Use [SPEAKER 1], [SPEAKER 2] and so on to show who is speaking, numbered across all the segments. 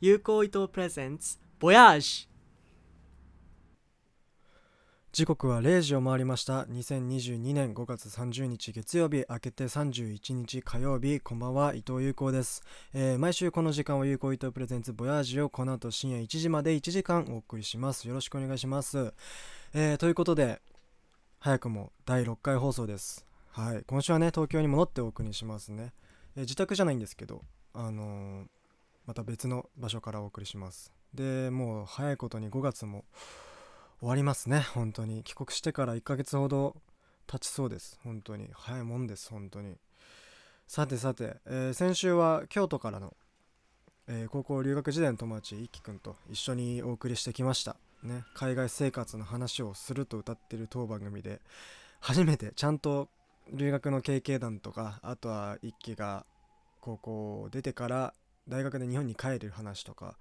[SPEAKER 1] 有効伊藤プレゼンツボヤージ
[SPEAKER 2] 時刻は0時を回りました2022年5月30日月曜日明けて31日火曜日こんばんは伊藤優子です、えー毎週この時間は有効伊藤プレゼンツボヤージをこの後深夜1時まで1時間お送りしますよろしくお願いします、えーということで早くも第6回放送ですはい今週はね東京に戻ってお送りしますね、えー自宅じゃないんですけどあのーまた別の場所からお送りしますでもう早いことに5月も終わりますね本当に帰国してから1ヶ月ほど経ちそうです本当に早いもんです本当にさてさて、えー先週は京都からの、えー高校留学時代の友達一輝くんと一緒にお送りしてきましたね海外生活の話をすると歌ってる当番組で初めてちゃんと留学の経験談とかあとは一輝が高校を出てから大学で日本に帰る話とか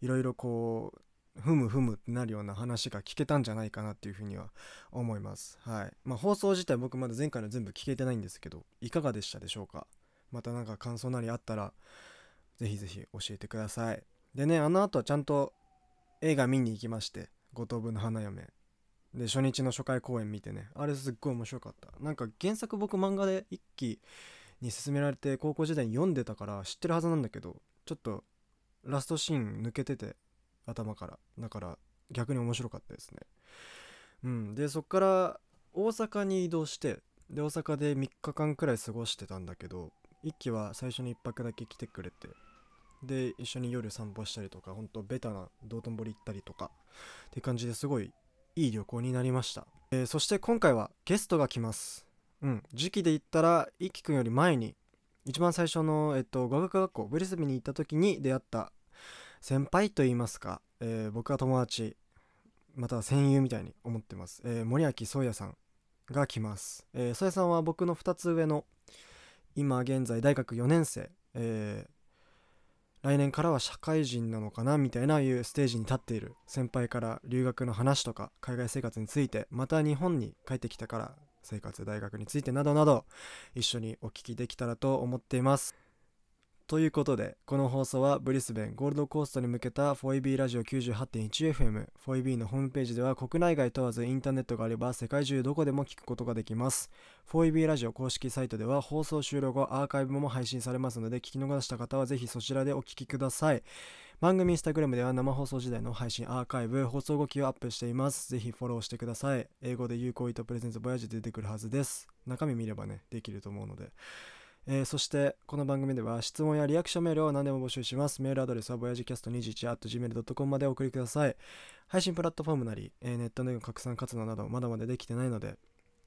[SPEAKER 2] いろいろこうふむふむってなるような話が聞けたんじゃないかなっていうふうには思います。はい。まあ放送自体僕まだ前回の全部聞けてないんですけど、いかがでしたでしょうかまたなんか感想なりあったら、ぜひぜひ教えてください。でね、あの後はちゃんと映画見に行きまして、五等分の花嫁。で、初日の初回公演見てね、あれすっごい面白かった。なんか原作僕漫画で一期に勧められて高校時代に読んでたから知ってるはずなんだけど、ちょっとラストシーン抜けてて、頭からだから逆に面白かったですねうんでそっから大阪に移動してで大阪で3日間くらい過ごしてたんだけど一輝は最初に1泊だけ来てくれてで一緒に夜散歩したりとかほんとベタな道頓堀行ったりとかって感じですごいいい旅行になりました、えーそして今回はゲストが来ますうん時期で言ったら一輝くんより前に一番最初の、えっと、語学学校ブリスベンに行った時に出会った先輩と言いますか、えー僕は友達または戦友みたいに思ってます、えー森脇宗也さんが来ます、えー、宗也さんは僕の2つ上の今現在大学4年生、えー来年からは社会人なのかなみたいないうステージに立っている先輩から留学の話とか海外生活についてまた日本に帰ってきたから生活大学についてなどなど一緒にお聞きできたらと思っていますということでこの放送はブリスベンゴールドコーストに向けた 4EB ラジオ 98.1FM 4EB のホームページでは国内外問わずインターネットがあれば世界中どこでも聞くことができます 4EB ラジオ公式サイトでは放送終了後アーカイブも配信されますので聞き逃した方はぜひそちらでお聞きください番組インスタグラムでは生放送時代の配信アーカイブ放送後期をアップしていますぜひフォローしてください英語で有効糸プレゼンツボヤージュ出てくるはずです中身見ればねできると思うのでえーそしてこの番組では質問やリアクションメールを何でも募集しますメールアドレスはボヤジキャスト21 at gmail.com までお送りください配信プラットフォームなり、えーネットでの拡散活動などまだまだできてないので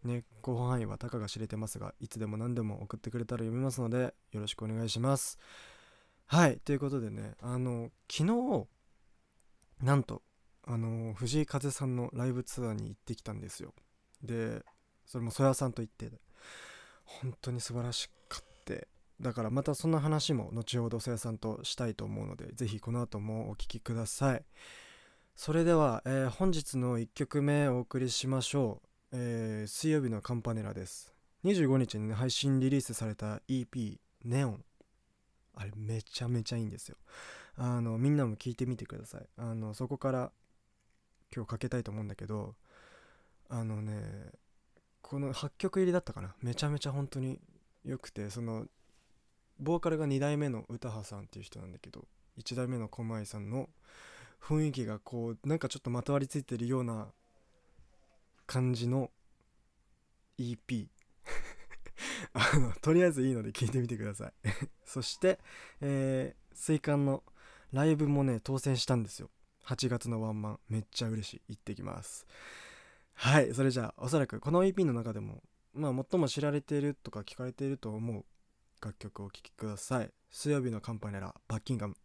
[SPEAKER 2] ね、広報範囲はたかが知れてますがいつでも何でも送ってくれたら読みますのでよろしくお願いしますはいということでねあの昨日なんとあの藤井風さんのライブツアーに行ってきたんですよでそれも曽谷さんと行って本当に素晴らしかってだからまたそんな話も後ほど瀬谷さんとしたいと思うのでぜひこの後もお聴きくださいそれでは、えー本日の1曲目お送りしましょう、えー水曜日のカンパネラです25日にね、配信リリースされた EP「ネオン」あれめちゃめちゃいいんですよあのみんなも聞いてみてくださいあのそこから今日かけたいと思うんだけどあのねこの8曲入りだったかなめちゃめちゃ本当に良くてそのボーカルが2代目の歌羽さんっていう人なんだけど1代目の駒井さんの雰囲気がこうなんかちょっとまとわりついてるような感じの EP あのとりあえずいいので聞いてみてください そして、えー、水管のライブもね当選したんですよ8月のワンマンめっちゃ嬉しい行ってきますはいそれじゃあおそらくこの EP の中でもまあ最も知られているとか聞かれていると思う楽曲をお聴きください水曜日のカンパネラバッキンガム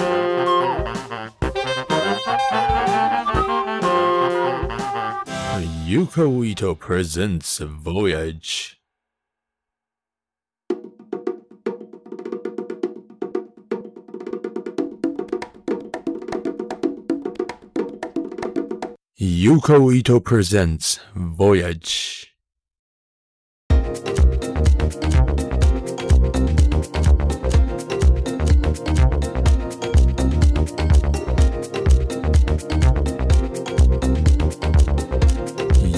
[SPEAKER 3] 「 Yuko Ito presents Voyage. ユ u コイト presents Voyage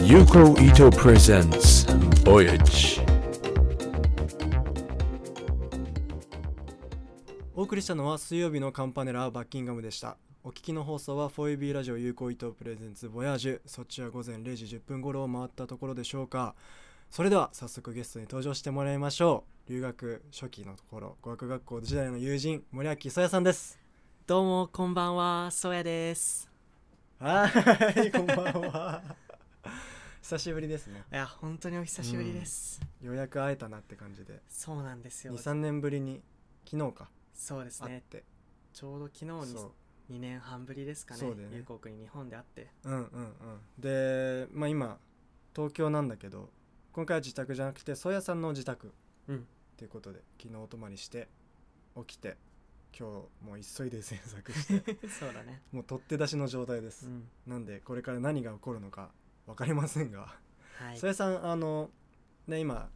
[SPEAKER 3] ユ u コイト presents Voyage
[SPEAKER 2] お送りしたのは水曜日のカンパネラバッキンガムでしたお聞きの放送は 4UB ラジオ有効伊藤プレゼンツボヤージュそっちは午前0時10分頃を回ったところでしょうかそれでは早速ゲストに登場してもらいましょう留学初期のところ語学学校時代の友人森脇そやさんです
[SPEAKER 1] どうもこんばんはそやです
[SPEAKER 2] はいこんばんは 久しぶりですね
[SPEAKER 1] いや本当にお久しぶりです、
[SPEAKER 2] ようやく会えたなって感じで
[SPEAKER 1] そうなんですよ
[SPEAKER 2] 23年ぶりに昨日か
[SPEAKER 1] そうです
[SPEAKER 2] 会っ
[SPEAKER 1] ね
[SPEAKER 2] て
[SPEAKER 1] ちょうど昨日
[SPEAKER 2] そう
[SPEAKER 1] に2年半ぶりですかね
[SPEAKER 2] そうだよね
[SPEAKER 1] 有効国日本で会って
[SPEAKER 2] うんうんうんでまあ今東京なんだけど今回は自宅じゃなくて曽谷さんの自宅
[SPEAKER 1] うん
[SPEAKER 2] っていうことで昨日お泊まりして起きて今日もう急いで制作して
[SPEAKER 1] そうだね
[SPEAKER 2] もう取って出しの状態で
[SPEAKER 1] う
[SPEAKER 2] す、
[SPEAKER 1] ん
[SPEAKER 2] なんでこれから何が起こるのか分かりませんが
[SPEAKER 1] はい
[SPEAKER 2] 曽谷、さんあのね今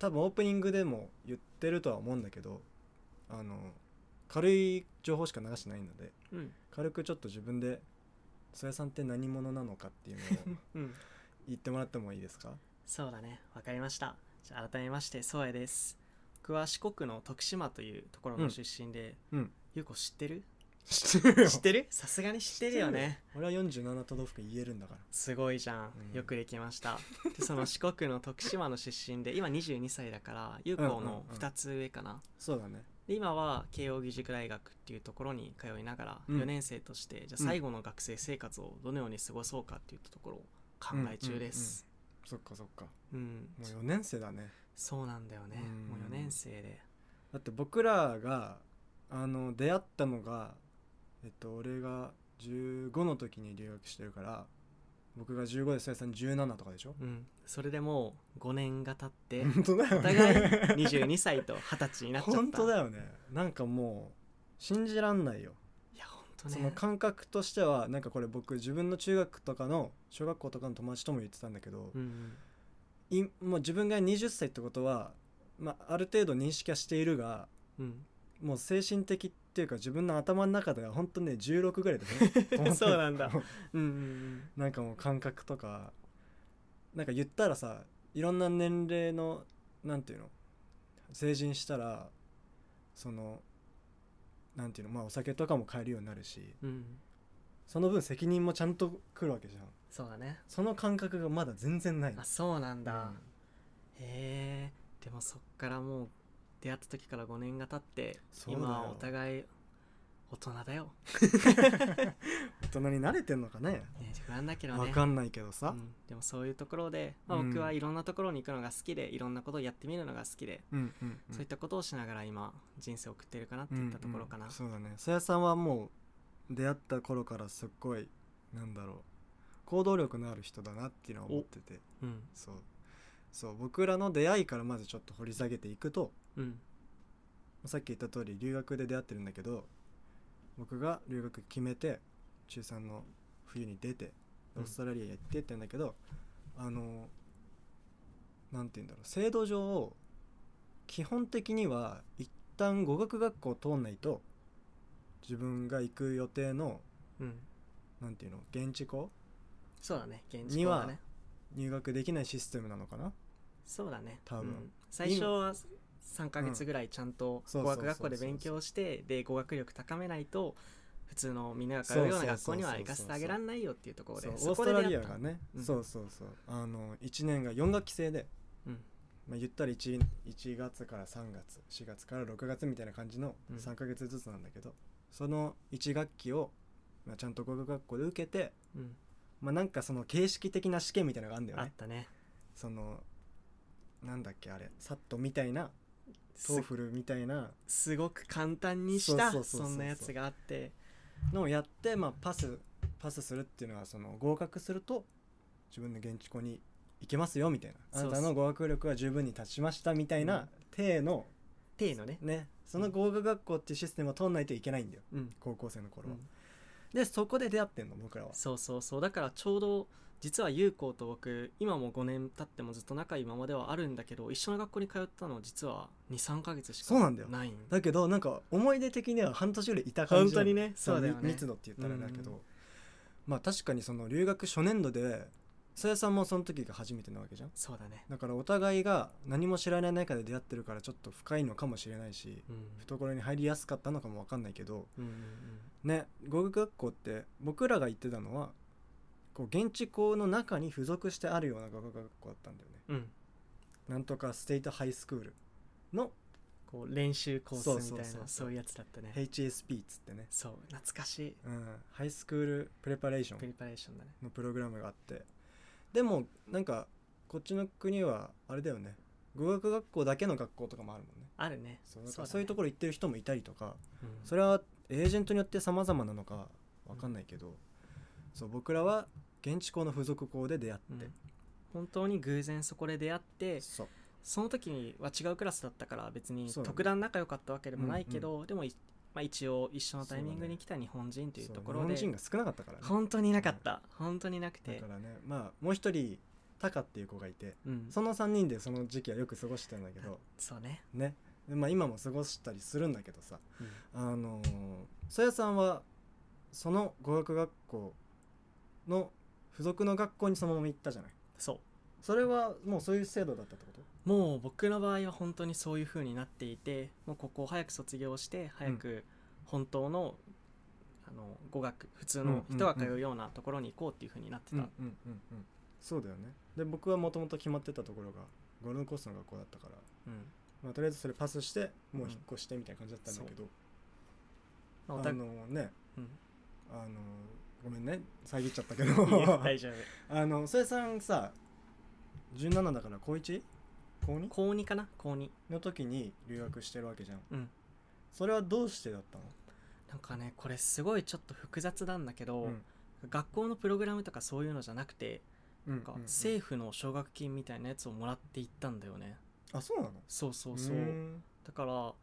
[SPEAKER 2] 多分オープニングでも言ってるとは思うんだけどあの軽い情報しか流してないので
[SPEAKER 1] うん
[SPEAKER 2] 軽くちょっと自分で曽谷さんって何者なのかっていうのを
[SPEAKER 1] うん
[SPEAKER 2] 言ってもらってもいいですか
[SPEAKER 1] そうだねわかりましたじゃあ改めましてそうやです僕は四国の徳島というところ
[SPEAKER 2] う
[SPEAKER 1] の
[SPEAKER 2] ん
[SPEAKER 1] 出身で、
[SPEAKER 2] うん
[SPEAKER 1] ゆうこ知ってる
[SPEAKER 2] 知ってる
[SPEAKER 1] 知ってるさすがに知ってるよね
[SPEAKER 2] 俺は47都道府県言えるんだから
[SPEAKER 1] すごいじゃん、
[SPEAKER 2] うん
[SPEAKER 1] よくできましたでその四国の徳島の出身で今22歳だから有効
[SPEAKER 2] うんうん
[SPEAKER 1] の
[SPEAKER 2] うん
[SPEAKER 1] 2つ上かな、
[SPEAKER 2] そうだね
[SPEAKER 1] で今は慶応義塾大学っていうところに通いながら
[SPEAKER 2] うん
[SPEAKER 1] 4年生として、じゃあ最後の学生生活をどのように過ごそうかっていったところを考え中です
[SPEAKER 2] そっかそっか
[SPEAKER 1] うん
[SPEAKER 2] もう4年生だね
[SPEAKER 1] そうなんだよね、
[SPEAKER 2] うん
[SPEAKER 1] もう4年生で
[SPEAKER 2] だって僕らがあの出会ったのがえっと俺が15の時に留学してるから僕が15でそやさん17とかでしょ
[SPEAKER 1] うんそれでもう5年が経って
[SPEAKER 2] 本当だよね
[SPEAKER 1] お互い22歳 と20歳になっちゃった
[SPEAKER 2] 本当だ
[SPEAKER 1] よ
[SPEAKER 2] よねなんかもう信じらんないよ
[SPEAKER 1] いや本当ね
[SPEAKER 2] その感覚としてはなんかこれ僕自分の中学とかの小学校とかの友達とも言ってたんだけど
[SPEAKER 1] う、んうん
[SPEAKER 2] いもう自分が20歳ってことは、まあ、ある程度認識はしているが
[SPEAKER 1] うん
[SPEAKER 2] もう精神的っていうか自分の頭の中では本当ね16ぐらいでね止まって る
[SPEAKER 1] そうなんだ
[SPEAKER 2] も
[SPEAKER 1] うんうん
[SPEAKER 2] うなんかもう感覚とかなんか言ったらさいろんな年齢のなんていうの成人したらそのなんていうのまあお酒とかも買えるようになるし
[SPEAKER 1] うんうん
[SPEAKER 2] その分責任もちゃんと来るわけじゃん
[SPEAKER 1] そうだね
[SPEAKER 2] その感覚がまだ全然ないの
[SPEAKER 1] あそうなんだ、
[SPEAKER 2] うん
[SPEAKER 1] へえでもそっからもう出会った時から5年が経って
[SPEAKER 2] そうだよ
[SPEAKER 1] 今はお互い大人だよ、
[SPEAKER 2] 大人に慣れてんのかね
[SPEAKER 1] ね、不安だけど
[SPEAKER 2] わ
[SPEAKER 1] ね
[SPEAKER 2] かんないけどさ
[SPEAKER 1] うんでもそういうところで、まあ、
[SPEAKER 2] うん
[SPEAKER 1] 僕はいろんなところに行くのが好きで、いろんなことをやってみるのが好きで、
[SPEAKER 2] うんうんうん
[SPEAKER 1] そういったことをしながら今人生を送ってるかなっていったところかな、
[SPEAKER 2] うんうんそうだねさやさんはもう出会った頃からすっごいなんだろう行動力のある人だなっていうのは思ってて
[SPEAKER 1] うん
[SPEAKER 2] そうそう僕らの出会いからまずちょっと掘り下げていくと
[SPEAKER 1] うん
[SPEAKER 2] さっき言った通り留学で出会ってるんだけど僕が留学決めて中3の冬に出て
[SPEAKER 1] う
[SPEAKER 2] オ
[SPEAKER 1] ん
[SPEAKER 2] ーストラリアへ行ってってんだけど、あのなんて言うんだろう制度上基本的には一旦語学学校を通んないと自分が行く予定の
[SPEAKER 1] うん
[SPEAKER 2] なんていうの現地校
[SPEAKER 1] そうだね現地
[SPEAKER 2] に
[SPEAKER 1] 校
[SPEAKER 2] は
[SPEAKER 1] だね
[SPEAKER 2] 入学できないシステムなのかな
[SPEAKER 1] そうだね
[SPEAKER 2] 多分
[SPEAKER 1] うん最初は3ヶ月ぐらいちゃんと
[SPEAKER 2] そう
[SPEAKER 1] 語
[SPEAKER 2] そうそうそ
[SPEAKER 1] 学
[SPEAKER 2] う
[SPEAKER 1] 学校で勉強してで語学力高めないと普通のみんなが通うような学校には行かせてあげらんないよっていうところで
[SPEAKER 2] そう
[SPEAKER 1] そ
[SPEAKER 2] オー
[SPEAKER 1] こ
[SPEAKER 2] ス
[SPEAKER 1] で
[SPEAKER 2] ト
[SPEAKER 1] 出会
[SPEAKER 2] ラリ
[SPEAKER 1] っ
[SPEAKER 2] ア
[SPEAKER 1] た
[SPEAKER 2] がね、
[SPEAKER 1] うん
[SPEAKER 2] そうそうそうあの1年が4学期制で
[SPEAKER 1] うん
[SPEAKER 2] まあ、言ったら 1, 1月から3月4月から6月みたいな感じの
[SPEAKER 1] うん
[SPEAKER 2] 3ヶ月ずつなんだけど、その1学期を、まあ、ちゃんと語学学校で受けて、
[SPEAKER 1] うん
[SPEAKER 2] まあ、なんかその形式的な試験みたいなのがあるんだよ
[SPEAKER 1] あっ
[SPEAKER 2] ね
[SPEAKER 1] たね
[SPEAKER 2] そのなんだっけあれサットみたいなトー
[SPEAKER 1] す
[SPEAKER 2] フルみたいな
[SPEAKER 1] すごく簡単にした
[SPEAKER 2] そうそうそうそう
[SPEAKER 1] そんなやつがあって
[SPEAKER 2] のをやって、まあ、パスパスするっていうのはその合格すると自分の現地校に行けますよみたいなあ
[SPEAKER 1] そう
[SPEAKER 2] な
[SPEAKER 1] そう
[SPEAKER 2] たの語学力は十分に立ちましたみたいな体の
[SPEAKER 1] T のね、
[SPEAKER 2] ねその語学学校っていうシステムを通んないといけないんだよ
[SPEAKER 1] うん
[SPEAKER 2] 高校生の頃
[SPEAKER 1] う
[SPEAKER 2] は、
[SPEAKER 1] ん
[SPEAKER 2] でそこで出会ってんの僕らは
[SPEAKER 1] そうそうそうだからちょうど実は優子と僕今も5年経ってもずっと仲いいままではあるんだけど一緒の学校に通ったの実は23ヶ月しか
[SPEAKER 2] そうなんだよ
[SPEAKER 1] ない
[SPEAKER 2] だけどなんか思い出的には半年ぐらいいた感
[SPEAKER 1] 本
[SPEAKER 2] じな
[SPEAKER 1] 当
[SPEAKER 2] の
[SPEAKER 1] にね
[SPEAKER 2] そ
[SPEAKER 1] そうう
[SPEAKER 2] だ
[SPEAKER 1] だ
[SPEAKER 2] よ
[SPEAKER 1] よ
[SPEAKER 2] ね
[SPEAKER 1] ね
[SPEAKER 2] 密度って言ったらあれだけど、
[SPEAKER 1] うん
[SPEAKER 2] まあ確かにその留学初年度でさやさんもその時が初めてなわけじゃん
[SPEAKER 1] そうだね
[SPEAKER 2] だからお互いが何も知らない中で出会ってるからちょっと深いのかもしれないし
[SPEAKER 1] うん
[SPEAKER 2] 懐に入りやすかったのかもわかんないけど
[SPEAKER 1] うんうん
[SPEAKER 2] ね語学学校って僕らが行ってたのはこう現地校の中に付属してあるような語学学校だったんだよね
[SPEAKER 1] うんうん
[SPEAKER 2] なんとかステイトハイスクールの
[SPEAKER 1] こう練習コース
[SPEAKER 2] そう
[SPEAKER 1] みたいな
[SPEAKER 2] そう
[SPEAKER 1] そう
[SPEAKER 2] そうそう
[SPEAKER 1] いうやつだったね
[SPEAKER 2] HSP っつってね、
[SPEAKER 1] そう懐かしい
[SPEAKER 2] うん、ハイスクールプレパレーション
[SPEAKER 1] プリパレーションだね
[SPEAKER 2] のプログラムがあってでもなんかこっちの国はあれだよね語学学校だけの学校とかもあるもんね
[SPEAKER 1] あるね
[SPEAKER 2] そうだからそういうところ行ってる人もいたりとか
[SPEAKER 1] ろ、うん
[SPEAKER 2] それはエージェントによって様々なのかわかんないけど、そう僕らは現地校の付属校で出会
[SPEAKER 1] うん
[SPEAKER 2] って、
[SPEAKER 1] 本当に偶然そこで出会って
[SPEAKER 2] そう
[SPEAKER 1] その時には違うクラスだったから別に
[SPEAKER 2] そうだね
[SPEAKER 1] 特段仲良かったわけでもないけど、
[SPEAKER 2] う
[SPEAKER 1] でもい、まあ、一応一緒のタイミングに来た日本人という
[SPEAKER 2] そう
[SPEAKER 1] ところで、
[SPEAKER 2] 日本人が少なかったからね
[SPEAKER 1] 本当にいなかった本当にいなく
[SPEAKER 2] だ
[SPEAKER 1] て
[SPEAKER 2] からねまあもう一人タカっていう子がいて
[SPEAKER 1] うん
[SPEAKER 2] その3人でその時期はよく過ごしてたんだけど
[SPEAKER 1] そうね、
[SPEAKER 2] ねでまあ今も過ごしたりするんだけどさ
[SPEAKER 1] うん
[SPEAKER 2] あのーそやさんはその語学学校の付属の学校にそのまま行ったじゃない
[SPEAKER 1] そ
[SPEAKER 2] それはもうそういう制度だったってこと
[SPEAKER 1] うもう僕の場合は本当にそういう風になっていてもうここを早く卒業して早く本当の、あの語学普通の人が通うようなところに行こうっていう風になってた、
[SPEAKER 2] うんうんうんそうだよねで僕はもともと決まってたところがゴルフコースの学校だったから、
[SPEAKER 1] うん
[SPEAKER 2] まあ、とりあえずそれパスしてもう引っ越してみたいな感じだったんだけど、
[SPEAKER 1] まあお
[SPEAKER 2] あ
[SPEAKER 1] 互い
[SPEAKER 2] のね
[SPEAKER 1] うん
[SPEAKER 2] あのーごめんね遮っちゃったけど
[SPEAKER 1] いいよ大丈夫
[SPEAKER 2] あのそやさんさ17だから高 1? 高 2?
[SPEAKER 1] 高2かな高2
[SPEAKER 2] の時に留学してるわけじゃん
[SPEAKER 1] うん
[SPEAKER 2] それはどうしてだったの
[SPEAKER 1] なんかねこれすごいちょっと複雑なんだけど、
[SPEAKER 2] うん
[SPEAKER 1] 学校のプログラムとかそういうのじゃなくて
[SPEAKER 2] なん
[SPEAKER 1] なんか政府の奨学金みたいなやつをもらっていったんだよね
[SPEAKER 2] あそうなの
[SPEAKER 1] そうそうそう
[SPEAKER 2] ー
[SPEAKER 1] うんだからこ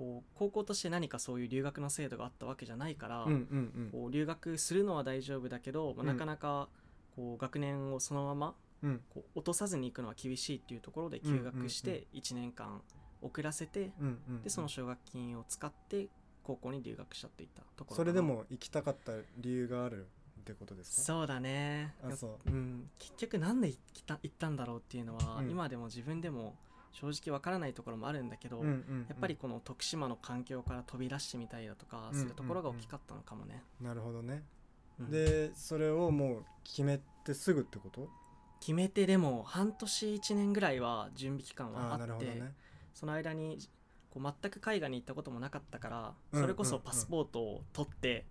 [SPEAKER 1] う高校として何かそういう留学の制度があったわけじゃないから、
[SPEAKER 2] うんうん
[SPEAKER 1] こう留学するのは大丈夫だけど、まあ
[SPEAKER 2] うん
[SPEAKER 1] なかなかこう学年をそのまま
[SPEAKER 2] うんうん
[SPEAKER 1] こう落とさずに行くのは厳しいっていうところで
[SPEAKER 2] うん
[SPEAKER 1] 休学し
[SPEAKER 2] うんう
[SPEAKER 1] て1年間遅らせて
[SPEAKER 2] うんうん
[SPEAKER 1] でその奨学金を使って高校に留学しちゃっていったところ
[SPEAKER 2] それ
[SPEAKER 1] かな
[SPEAKER 2] でも行きたかった理由があるってことですか
[SPEAKER 1] そうだね、
[SPEAKER 2] あそう
[SPEAKER 1] ん、結局なんで行った行ったんだろうっていうのは、
[SPEAKER 2] うん
[SPEAKER 1] 今でも自分でも正直わからないところもあるんだけど、
[SPEAKER 2] うんうん
[SPEAKER 1] やっぱりこの徳島の環境から飛び出してみたいだとか
[SPEAKER 2] うん
[SPEAKER 1] するところが大きかったのかもね、
[SPEAKER 2] なるほどね
[SPEAKER 1] うん
[SPEAKER 2] でそれをもう決めてすぐってこと
[SPEAKER 1] 決めてでも半年1年ぐらいは準備期間は
[SPEAKER 2] あ
[SPEAKER 1] あ
[SPEAKER 2] あなる
[SPEAKER 1] っ
[SPEAKER 2] ほど
[SPEAKER 1] て
[SPEAKER 2] ね
[SPEAKER 1] その間にこう全く海外に行ったこともなかったから、
[SPEAKER 2] うん
[SPEAKER 1] それこ
[SPEAKER 2] う
[SPEAKER 1] そ
[SPEAKER 2] んうん
[SPEAKER 1] パスポートを取って、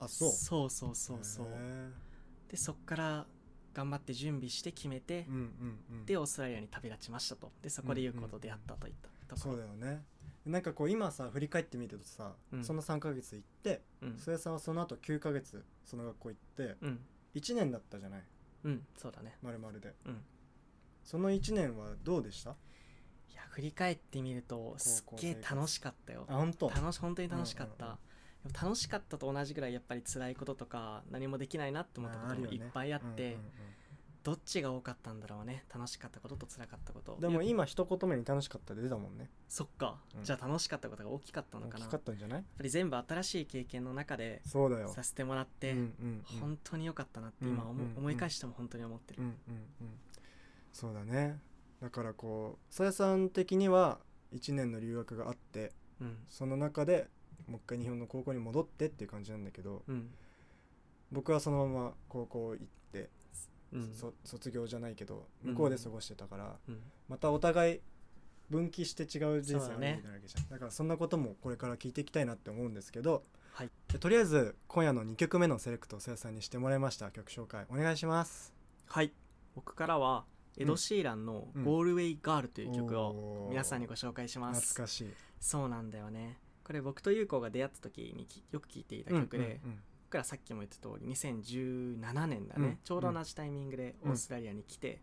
[SPEAKER 2] あそう
[SPEAKER 1] そうそうそうそう
[SPEAKER 2] へー
[SPEAKER 1] でそっから頑張って準備して決めて、
[SPEAKER 2] うんうんうん
[SPEAKER 1] でオーストラリアに旅立ちましたとでそこで優子と出会ったといったとこ
[SPEAKER 2] そ
[SPEAKER 1] ろ
[SPEAKER 2] うだよねなんかこう今さ振り返ってみるとさ
[SPEAKER 1] うん
[SPEAKER 2] その3ヶ月行って
[SPEAKER 1] うん
[SPEAKER 2] そやさんはその後9ヶ月その学校行って
[SPEAKER 1] うん
[SPEAKER 2] 1年だったじゃない
[SPEAKER 1] うんそうだね
[SPEAKER 2] まるまるで
[SPEAKER 1] うん
[SPEAKER 2] その1年はどうでしたあ
[SPEAKER 1] いや振り返ってみるとすっげえ楽しかったよ
[SPEAKER 2] 本当
[SPEAKER 1] 楽し本当に楽しかっ
[SPEAKER 2] うんうん
[SPEAKER 1] た、でも楽しかったと同じぐらいやっぱり辛いこととか何もできないなって思ったこともいっぱいあって
[SPEAKER 2] うんうん
[SPEAKER 1] どっちが多かったんだろうね楽しかったことと辛かったこと
[SPEAKER 2] うんでも
[SPEAKER 1] いや
[SPEAKER 2] 今一言目に楽しかったで出たもんね
[SPEAKER 1] そっか、
[SPEAKER 2] うん
[SPEAKER 1] じゃあ楽しかったことが大きかったの
[SPEAKER 2] 大
[SPEAKER 1] かな
[SPEAKER 2] き
[SPEAKER 1] やっ
[SPEAKER 2] か
[SPEAKER 1] ぱ
[SPEAKER 2] ったんじゃない
[SPEAKER 1] り全部新しい経験の中で
[SPEAKER 2] そうだよ
[SPEAKER 1] させてもらっ
[SPEAKER 2] う
[SPEAKER 1] て、
[SPEAKER 2] んうんうん
[SPEAKER 1] 本当に良かったなって今思,、
[SPEAKER 2] うんうんうん
[SPEAKER 1] 思い返しても本当に思って
[SPEAKER 2] う
[SPEAKER 1] る、
[SPEAKER 2] んうんうんそうだねだからこうさやさん的には1年の留学があって
[SPEAKER 1] うん
[SPEAKER 2] その中でもう一回日本の高校に戻ってっていう感じなんだけど
[SPEAKER 1] うん
[SPEAKER 2] 僕はそのまま高校行っ
[SPEAKER 1] う
[SPEAKER 2] て、
[SPEAKER 1] ん
[SPEAKER 2] そ卒業じゃないけど
[SPEAKER 1] うん
[SPEAKER 2] 向こうで過ごしてたから、
[SPEAKER 1] うん
[SPEAKER 2] またお互い分岐して違う人生を歩
[SPEAKER 1] そうだ
[SPEAKER 2] んで
[SPEAKER 1] ね
[SPEAKER 2] いたわけじゃんだ,、からそんなこともこれから聞いていきたいなって思うんですけど、
[SPEAKER 1] はい
[SPEAKER 2] でとりあえず今夜の2曲目のセレクトをさやさんにしてもらいました曲紹介お願いします
[SPEAKER 1] はい僕からはエド・シーランの
[SPEAKER 2] う
[SPEAKER 1] 「
[SPEAKER 2] ん
[SPEAKER 1] ゴールウェイ・ガール」という曲
[SPEAKER 2] お
[SPEAKER 1] を
[SPEAKER 2] ー
[SPEAKER 1] 皆さんにご紹介しま
[SPEAKER 2] 懐
[SPEAKER 1] す
[SPEAKER 2] かしい
[SPEAKER 1] そうなんだよねこれ僕と優子が出会った時にきよく聴いていた曲で、
[SPEAKER 2] うんうんうん
[SPEAKER 1] 僕らさっきも言った通り2017年だね、
[SPEAKER 2] うん
[SPEAKER 1] ちょうど同じタイミングで
[SPEAKER 2] う
[SPEAKER 1] オ
[SPEAKER 2] ん
[SPEAKER 1] ーストラリアに来て、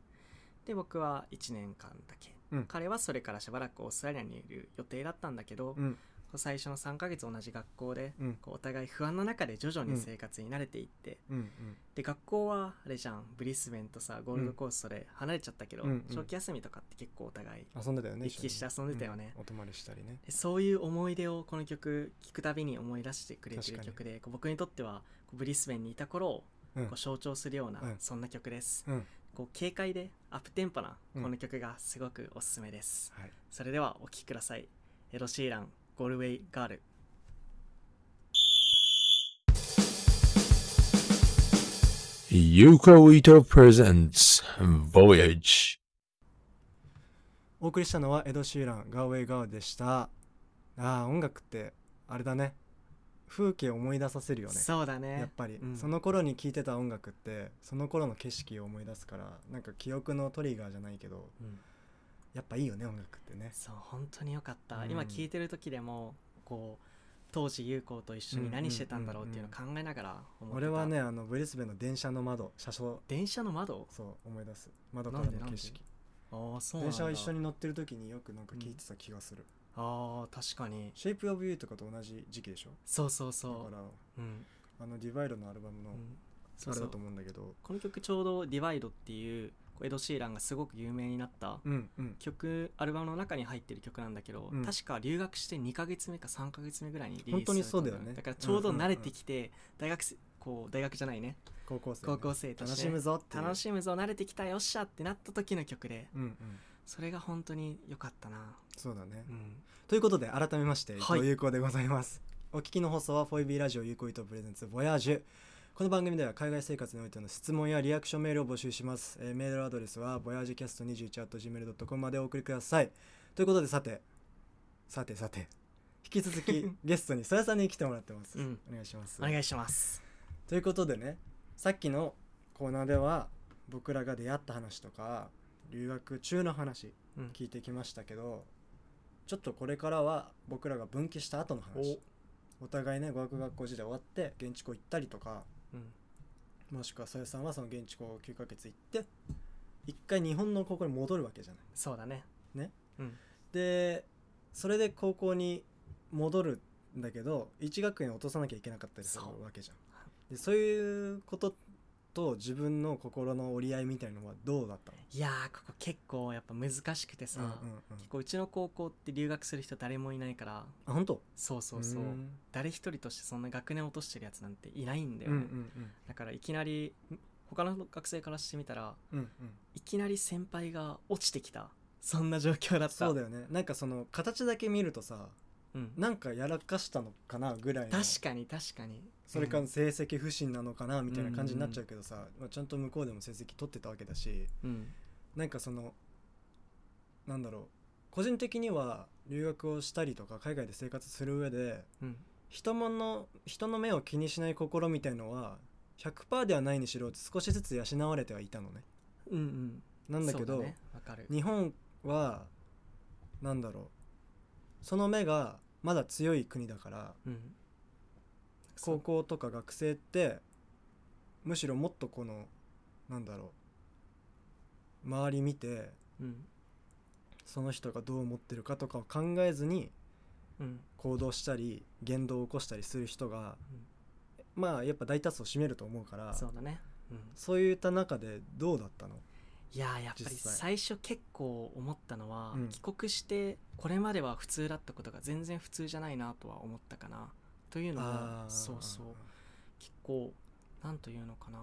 [SPEAKER 1] で僕は1年間だけ、
[SPEAKER 2] うん
[SPEAKER 1] 彼はそれからしばらくオーストラリアにいる予定だったんだけど、
[SPEAKER 2] うん
[SPEAKER 1] こう最初の3ヶ月同じ学校で
[SPEAKER 2] うん
[SPEAKER 1] こうお互い不安の中で徐々に生活に慣れていって、
[SPEAKER 2] うん
[SPEAKER 1] で学校はあれじゃんブリスベンとさゴールドコーストで離れちゃったけど、
[SPEAKER 2] うんうん
[SPEAKER 1] 長期休みとかって結構お互い
[SPEAKER 2] うん遊んでたよね
[SPEAKER 1] 行き来して遊んでたよね
[SPEAKER 2] うんお泊まりしたりね
[SPEAKER 1] でそういう思い出をこの曲聴くたびに思い出してくれて
[SPEAKER 2] 確
[SPEAKER 1] る
[SPEAKER 2] かに
[SPEAKER 1] 曲でこう僕にとってはこうブリスベンにいた頃を
[SPEAKER 2] うん
[SPEAKER 1] こう象徴するような、
[SPEAKER 2] うん
[SPEAKER 1] そんな曲です、
[SPEAKER 2] うん
[SPEAKER 1] こう軽快でアップテンポな
[SPEAKER 2] うん
[SPEAKER 1] この曲がすごくおすすめです、
[SPEAKER 2] はい
[SPEAKER 1] それではお聴きくださいエロシーランゴールウェイガール
[SPEAKER 3] Yuko Ito presents Voyage.
[SPEAKER 2] お送りしたのはエド・シーラン「ガーウェイ・ガー」でしたあー音楽ってあれだね風景を思い出させるよね
[SPEAKER 1] そうだね
[SPEAKER 2] やっぱり、
[SPEAKER 1] うん
[SPEAKER 2] その頃に聴いてた音楽ってその頃の景色を思い出すからなんか記憶のトリガーじゃないけど
[SPEAKER 1] うん
[SPEAKER 2] やっぱいいよね音楽ってね
[SPEAKER 1] そう本当によかった、
[SPEAKER 2] うん
[SPEAKER 1] 今聴いてる時でもこう当時優子と一緒に何してたんだろうっていうのを考えながら思って
[SPEAKER 2] 俺
[SPEAKER 1] た
[SPEAKER 2] はねあのブリスベンの電車の窓車掌
[SPEAKER 1] 電車の窓
[SPEAKER 2] そう思い出す窓からの
[SPEAKER 1] なんでなん
[SPEAKER 2] 景
[SPEAKER 1] で
[SPEAKER 2] 色
[SPEAKER 1] ああそうなんだ
[SPEAKER 2] 電車を一緒に乗ってる時によくなんか聴いてた気がする、
[SPEAKER 1] ああ確かに
[SPEAKER 2] シェイプ・オブ・ユーとかと同じ時期でしょ
[SPEAKER 1] そうそう
[SPEAKER 2] だ
[SPEAKER 1] そ
[SPEAKER 2] から
[SPEAKER 1] ううん、
[SPEAKER 2] あのディバイドのアルバムの
[SPEAKER 1] うんそ
[SPEAKER 2] あ
[SPEAKER 1] う
[SPEAKER 2] れ
[SPEAKER 1] そ
[SPEAKER 2] だ
[SPEAKER 1] う
[SPEAKER 2] と思うんだけど
[SPEAKER 1] この曲ちょうど「ディバイドっていうこうエド・シーランがすごく有名になった
[SPEAKER 2] うんうん
[SPEAKER 1] 曲アルバムの中に入ってる曲なんだけど、
[SPEAKER 2] うん
[SPEAKER 1] 確か留学して2ヶ月目か3ヶ月目ぐらいにリリース
[SPEAKER 2] 本当にそうだよ
[SPEAKER 1] されたん
[SPEAKER 2] ね
[SPEAKER 1] だからちょうど慣れてきて、大学生こう大学じゃないね
[SPEAKER 2] 高校生、ね、
[SPEAKER 1] 高校生と
[SPEAKER 2] 楽
[SPEAKER 1] して
[SPEAKER 2] しむぞっていう
[SPEAKER 1] 楽しむぞ慣れてきたよっしゃってなった時の曲で
[SPEAKER 2] うんうん
[SPEAKER 1] それが本当に良かったな、
[SPEAKER 2] そうだね
[SPEAKER 1] うん、
[SPEAKER 2] ということで改めまして伊
[SPEAKER 1] はい
[SPEAKER 2] 藤有効でございます、お聞きの放送は 4B ラジオ有効伊藤プレゼンツボヤージュこの番組では海外生活においての質問やリアクションメールを募集します、えーメールアドレスは voyagecast21.gmail.com までお送りくださいということでさてさてさて引き続 きゲストにそやさんに来てもらってます、
[SPEAKER 1] うん
[SPEAKER 2] お願いします
[SPEAKER 1] お願いします
[SPEAKER 2] ということでねさっきのコーナーでは僕らが出会った話とか留学中の話
[SPEAKER 1] うん
[SPEAKER 2] 聞いてきましたけどちょっとこれからは僕らが分岐した後の話お互いね語学学校時代終わって現地校行ったりとか
[SPEAKER 1] うん
[SPEAKER 2] もしくはさやさんはその現地校9ヶ月行って一回日本の高校に戻るわけじゃない
[SPEAKER 1] そうだね
[SPEAKER 2] でそれで高校に戻るんだけど1学年落とさなきゃいけなかったりする
[SPEAKER 1] そう
[SPEAKER 2] わけじゃんでそういうことと自分の心の折り合いみたいのはどうだったの
[SPEAKER 1] いやーここ結構やっぱ難しくてさ、
[SPEAKER 2] うんうんうん
[SPEAKER 1] 結構うちの高校って留学する人誰もいないから
[SPEAKER 2] あ本当
[SPEAKER 1] そうそうそう、
[SPEAKER 2] ん
[SPEAKER 1] 誰一人としてそんな学年落としてるやつなんていないんだよ
[SPEAKER 2] うん
[SPEAKER 1] ね、
[SPEAKER 2] うん
[SPEAKER 1] だからいきなりん他の学生からしてみたら
[SPEAKER 2] うんうんうん
[SPEAKER 1] いきなり先輩が落ちてきたそんな状況だった
[SPEAKER 2] そうだ
[SPEAKER 1] よ、
[SPEAKER 2] よねなんかその形だけ見るとさ
[SPEAKER 1] うん、
[SPEAKER 2] なんかやらかしたのかなぐらいの
[SPEAKER 1] 確かに確かに
[SPEAKER 2] それか
[SPEAKER 1] うん
[SPEAKER 2] 成績不振なのかなみたいな感じになっちゃうけどさ、まあ、ちゃんと向こうでも成績取ってたわけだし
[SPEAKER 1] うん
[SPEAKER 2] なんかそのなんだろう個人的には留学をしたりとか海外で生活する上で
[SPEAKER 1] うん
[SPEAKER 2] 人もの人の目を気にしない心みたいのは100%ではないにしろ少しずつ養われてはいたのね
[SPEAKER 1] うんうん
[SPEAKER 2] なんだけど
[SPEAKER 1] そうねわかる
[SPEAKER 2] 日本はなんだろうその目がまだ強い国だから
[SPEAKER 1] うんそ
[SPEAKER 2] 高
[SPEAKER 1] う
[SPEAKER 2] 校とか学生ってむしろもっとこのなんだろう周り見て
[SPEAKER 1] うん
[SPEAKER 2] その人がどう思ってるかとかを考えずに
[SPEAKER 1] うん
[SPEAKER 2] 行動したり言動を起こしたりする人が、まあやっぱ大多数を占めると思うから
[SPEAKER 1] そうだねうん
[SPEAKER 2] そういった中でどうだったの
[SPEAKER 1] いやーやっぱり
[SPEAKER 2] 実
[SPEAKER 1] 最
[SPEAKER 2] 際
[SPEAKER 1] 初結構思ったのは、
[SPEAKER 2] うん
[SPEAKER 1] 帰国してこれまでは普通だったことが全然普通じゃないなとは思ったかなというのも
[SPEAKER 2] ー
[SPEAKER 1] そうそう結構なんというのかな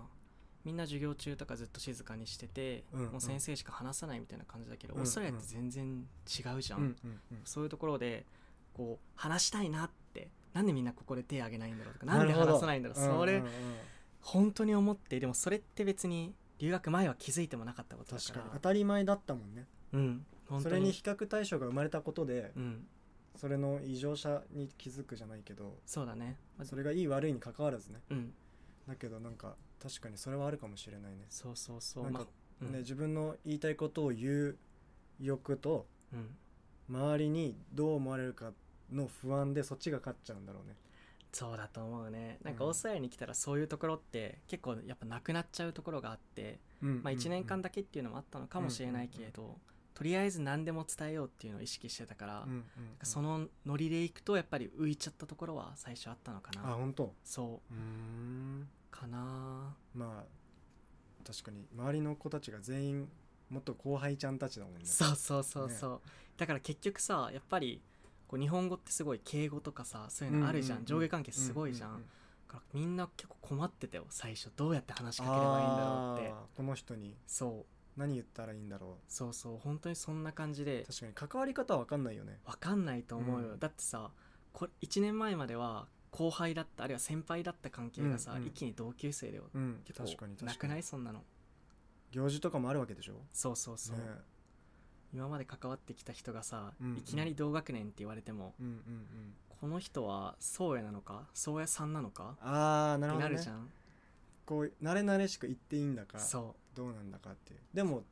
[SPEAKER 1] みんな授業中とかずっと静かにしてて、
[SPEAKER 2] うんうん
[SPEAKER 1] もう先生しか話さないみたいな感じだけど、
[SPEAKER 2] うんうん
[SPEAKER 1] オーストラリアって全然違うじゃん、
[SPEAKER 2] うんうんうん
[SPEAKER 1] そういうところでこう話したいなってなんでみんなここで手挙げないんだろうとかな
[SPEAKER 2] なん
[SPEAKER 1] で
[SPEAKER 2] るほど
[SPEAKER 1] 話さないんだろうそれ
[SPEAKER 2] うんうんうん
[SPEAKER 1] 本当に思ってでもそれって別に留学前は気づいてもなかったことだ
[SPEAKER 2] 確
[SPEAKER 1] か
[SPEAKER 2] からに当たり前だったもんね
[SPEAKER 1] うん本
[SPEAKER 2] そ
[SPEAKER 1] 当
[SPEAKER 2] れに
[SPEAKER 1] に
[SPEAKER 2] 比較対象が生まれたことで
[SPEAKER 1] うん
[SPEAKER 2] それの異常さに気づくじゃないけど
[SPEAKER 1] そうだねまず
[SPEAKER 2] それがいい悪いに関わらずね
[SPEAKER 1] うん
[SPEAKER 2] だけどなんか確かにそれはあるかもしれないね,、
[SPEAKER 1] そうそうそう
[SPEAKER 2] なんか
[SPEAKER 1] まあうん
[SPEAKER 2] ね自分の言いたいことを言う欲と
[SPEAKER 1] うん
[SPEAKER 2] 周りにどう思われるかの不安でそっちが勝っちゃうんだろうね
[SPEAKER 1] そうだと思うねなんかオーストラリアに来たらそういうところって結構やっぱなくなっちゃうところがあって、まあ、1年間
[SPEAKER 2] だ
[SPEAKER 1] だけっていうのもあったのかもしれないけれど、とりあえず何でも伝えようっていうのを意識してたから、そのノリでいくとやっぱり浮いちゃったところは最初あったのか
[SPEAKER 2] あ
[SPEAKER 1] な
[SPEAKER 2] 本当
[SPEAKER 1] そう
[SPEAKER 2] ーん
[SPEAKER 1] うかな
[SPEAKER 2] まあ確かに周りの子たちが全員もっと後輩ちゃんたちだもんね
[SPEAKER 1] そうそうそうそう、だから結局さやっぱりこう日本語ってすごい敬語とかさそういうのあるじゃん,、
[SPEAKER 2] うんうんうん
[SPEAKER 1] 上下関係すごいじゃん,、
[SPEAKER 2] ううう
[SPEAKER 1] だからみんな結構困ってたよ最初どうやって話しかければいいんだろうって
[SPEAKER 2] あーこの人に
[SPEAKER 1] そう
[SPEAKER 2] 何言ったらいいんだろ
[SPEAKER 1] そうそう本当にそんな感じで
[SPEAKER 2] う確かに関わり方は分かんないよね
[SPEAKER 1] わかんないと思うよ、
[SPEAKER 2] うん
[SPEAKER 1] だってさこれ1年前までは後輩だったあるいは先輩だった関係がさ、
[SPEAKER 2] うんうん
[SPEAKER 1] 一気に同級生だよ
[SPEAKER 2] うん
[SPEAKER 1] 結
[SPEAKER 2] 確かに確か
[SPEAKER 1] 構
[SPEAKER 2] に
[SPEAKER 1] なくないそんなの
[SPEAKER 2] 行事とかもあるわけでしょ
[SPEAKER 1] そうそうそう、
[SPEAKER 2] ね
[SPEAKER 1] 今まで関わってきた人がさ、
[SPEAKER 2] うんうん
[SPEAKER 1] いきなり同学年って言われても
[SPEAKER 2] うんうんうん
[SPEAKER 1] この人は宗谷なのか宗谷さんなのか
[SPEAKER 2] ああなる
[SPEAKER 1] に
[SPEAKER 2] ほど、
[SPEAKER 1] な
[SPEAKER 2] ね、
[SPEAKER 1] るじゃん
[SPEAKER 2] こう慣れ慣れしく言っていいんだか
[SPEAKER 1] そ
[SPEAKER 2] どうなんだかっていうでも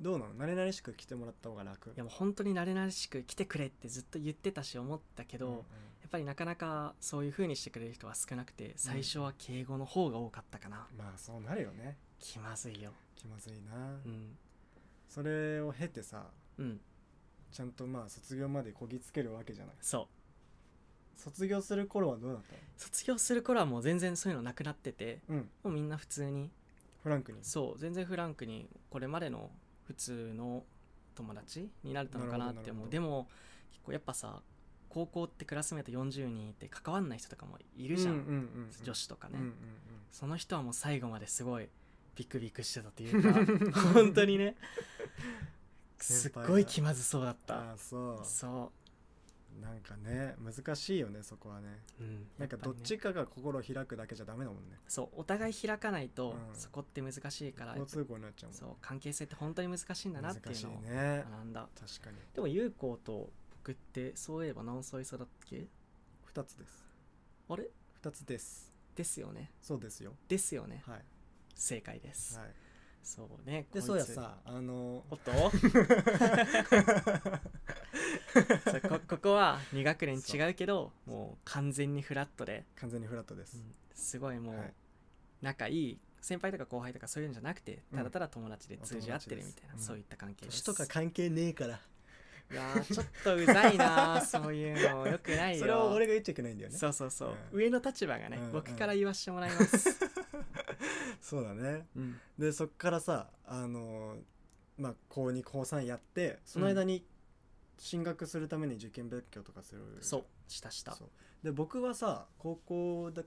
[SPEAKER 2] どうなの慣れ慣れしく来てもらった方が楽
[SPEAKER 1] ういやもう本当に慣れ慣れしく来てくれってずっと言ってたし思ったけど、
[SPEAKER 2] うんうん
[SPEAKER 1] やっぱりなかなかそういう風にしてくれる人は少なくて最初は敬語の方が多かったかな、
[SPEAKER 2] まあそうなるよね
[SPEAKER 1] 気まずいよ
[SPEAKER 2] 気まずいな、
[SPEAKER 1] うん
[SPEAKER 2] それを経てさ
[SPEAKER 1] うん
[SPEAKER 2] ちゃんとまあ卒業までこぎつけるわけじゃない
[SPEAKER 1] そう
[SPEAKER 2] 卒業する頃はどうだった
[SPEAKER 1] 卒業する頃はもう全然そういうのなくなってて
[SPEAKER 2] のうん
[SPEAKER 1] もうみんな普通に
[SPEAKER 2] フランクに
[SPEAKER 1] そう全然フランクにこれまでの普通の友達になれたのかなって思う
[SPEAKER 2] な
[SPEAKER 1] で
[SPEAKER 2] る
[SPEAKER 1] も結構やっぱさ高校ってクラスメート40人いて関わんない人とかもいるじゃん、
[SPEAKER 2] うんうんうんうん
[SPEAKER 1] 女子とかね、
[SPEAKER 2] うんうんうん
[SPEAKER 1] その人はもう最後まですごいビクビクしてたという か本当にねすっ
[SPEAKER 2] 先輩が
[SPEAKER 1] ごい気まずそうだった
[SPEAKER 2] ああそ
[SPEAKER 1] そう
[SPEAKER 2] なんかね難しいよねそこはね
[SPEAKER 1] う、うん、
[SPEAKER 2] なん
[SPEAKER 1] やぱ
[SPEAKER 2] か
[SPEAKER 1] り
[SPEAKER 2] ど
[SPEAKER 1] ね
[SPEAKER 2] っちかが心を開くだけじゃダメだもんね
[SPEAKER 1] そうお互い開かないと、
[SPEAKER 2] うん
[SPEAKER 1] そこって難しいから
[SPEAKER 2] 交通行になっちゃうもん
[SPEAKER 1] そう関係性って本当に難しいんだなって
[SPEAKER 2] 難
[SPEAKER 1] いう
[SPEAKER 2] しい
[SPEAKER 1] のを
[SPEAKER 2] ね
[SPEAKER 1] 学んだ、
[SPEAKER 2] 確かに
[SPEAKER 1] でも優子と僕ってそういえば何歳差だっけ
[SPEAKER 2] 2つです
[SPEAKER 1] あれ
[SPEAKER 2] 2つです
[SPEAKER 1] ですよね
[SPEAKER 2] そうですよ
[SPEAKER 1] ですよね
[SPEAKER 2] はい
[SPEAKER 1] 正解です、
[SPEAKER 2] はい
[SPEAKER 1] そうねこい
[SPEAKER 2] で
[SPEAKER 1] つ
[SPEAKER 2] そうやさあの
[SPEAKER 1] おっと そうこここは2学年違うけ どもう完全にフラットで、
[SPEAKER 2] 完全にフラットです、
[SPEAKER 1] すごいもう
[SPEAKER 2] はい
[SPEAKER 1] 仲いい先輩とか後輩とかそういうんじゃなくてただただ友達で通じ合ってるみたいな、
[SPEAKER 2] うん
[SPEAKER 1] そういった関係です
[SPEAKER 2] 年とか関係ねえから
[SPEAKER 1] いやーちょっとうざいなーそういうのよくないよ
[SPEAKER 2] それを俺が言っちゃいけないんだよね
[SPEAKER 1] そうそうそう、
[SPEAKER 2] うん
[SPEAKER 1] 上の立場がね、
[SPEAKER 2] うんうん
[SPEAKER 1] 僕から言わしてもらいます、
[SPEAKER 2] そうだね
[SPEAKER 1] うん、
[SPEAKER 2] でそっからさあのまあ高2高3やってその間に進学するために受験勉強とかする、
[SPEAKER 1] そうしたした
[SPEAKER 2] そうで僕はさ高校だ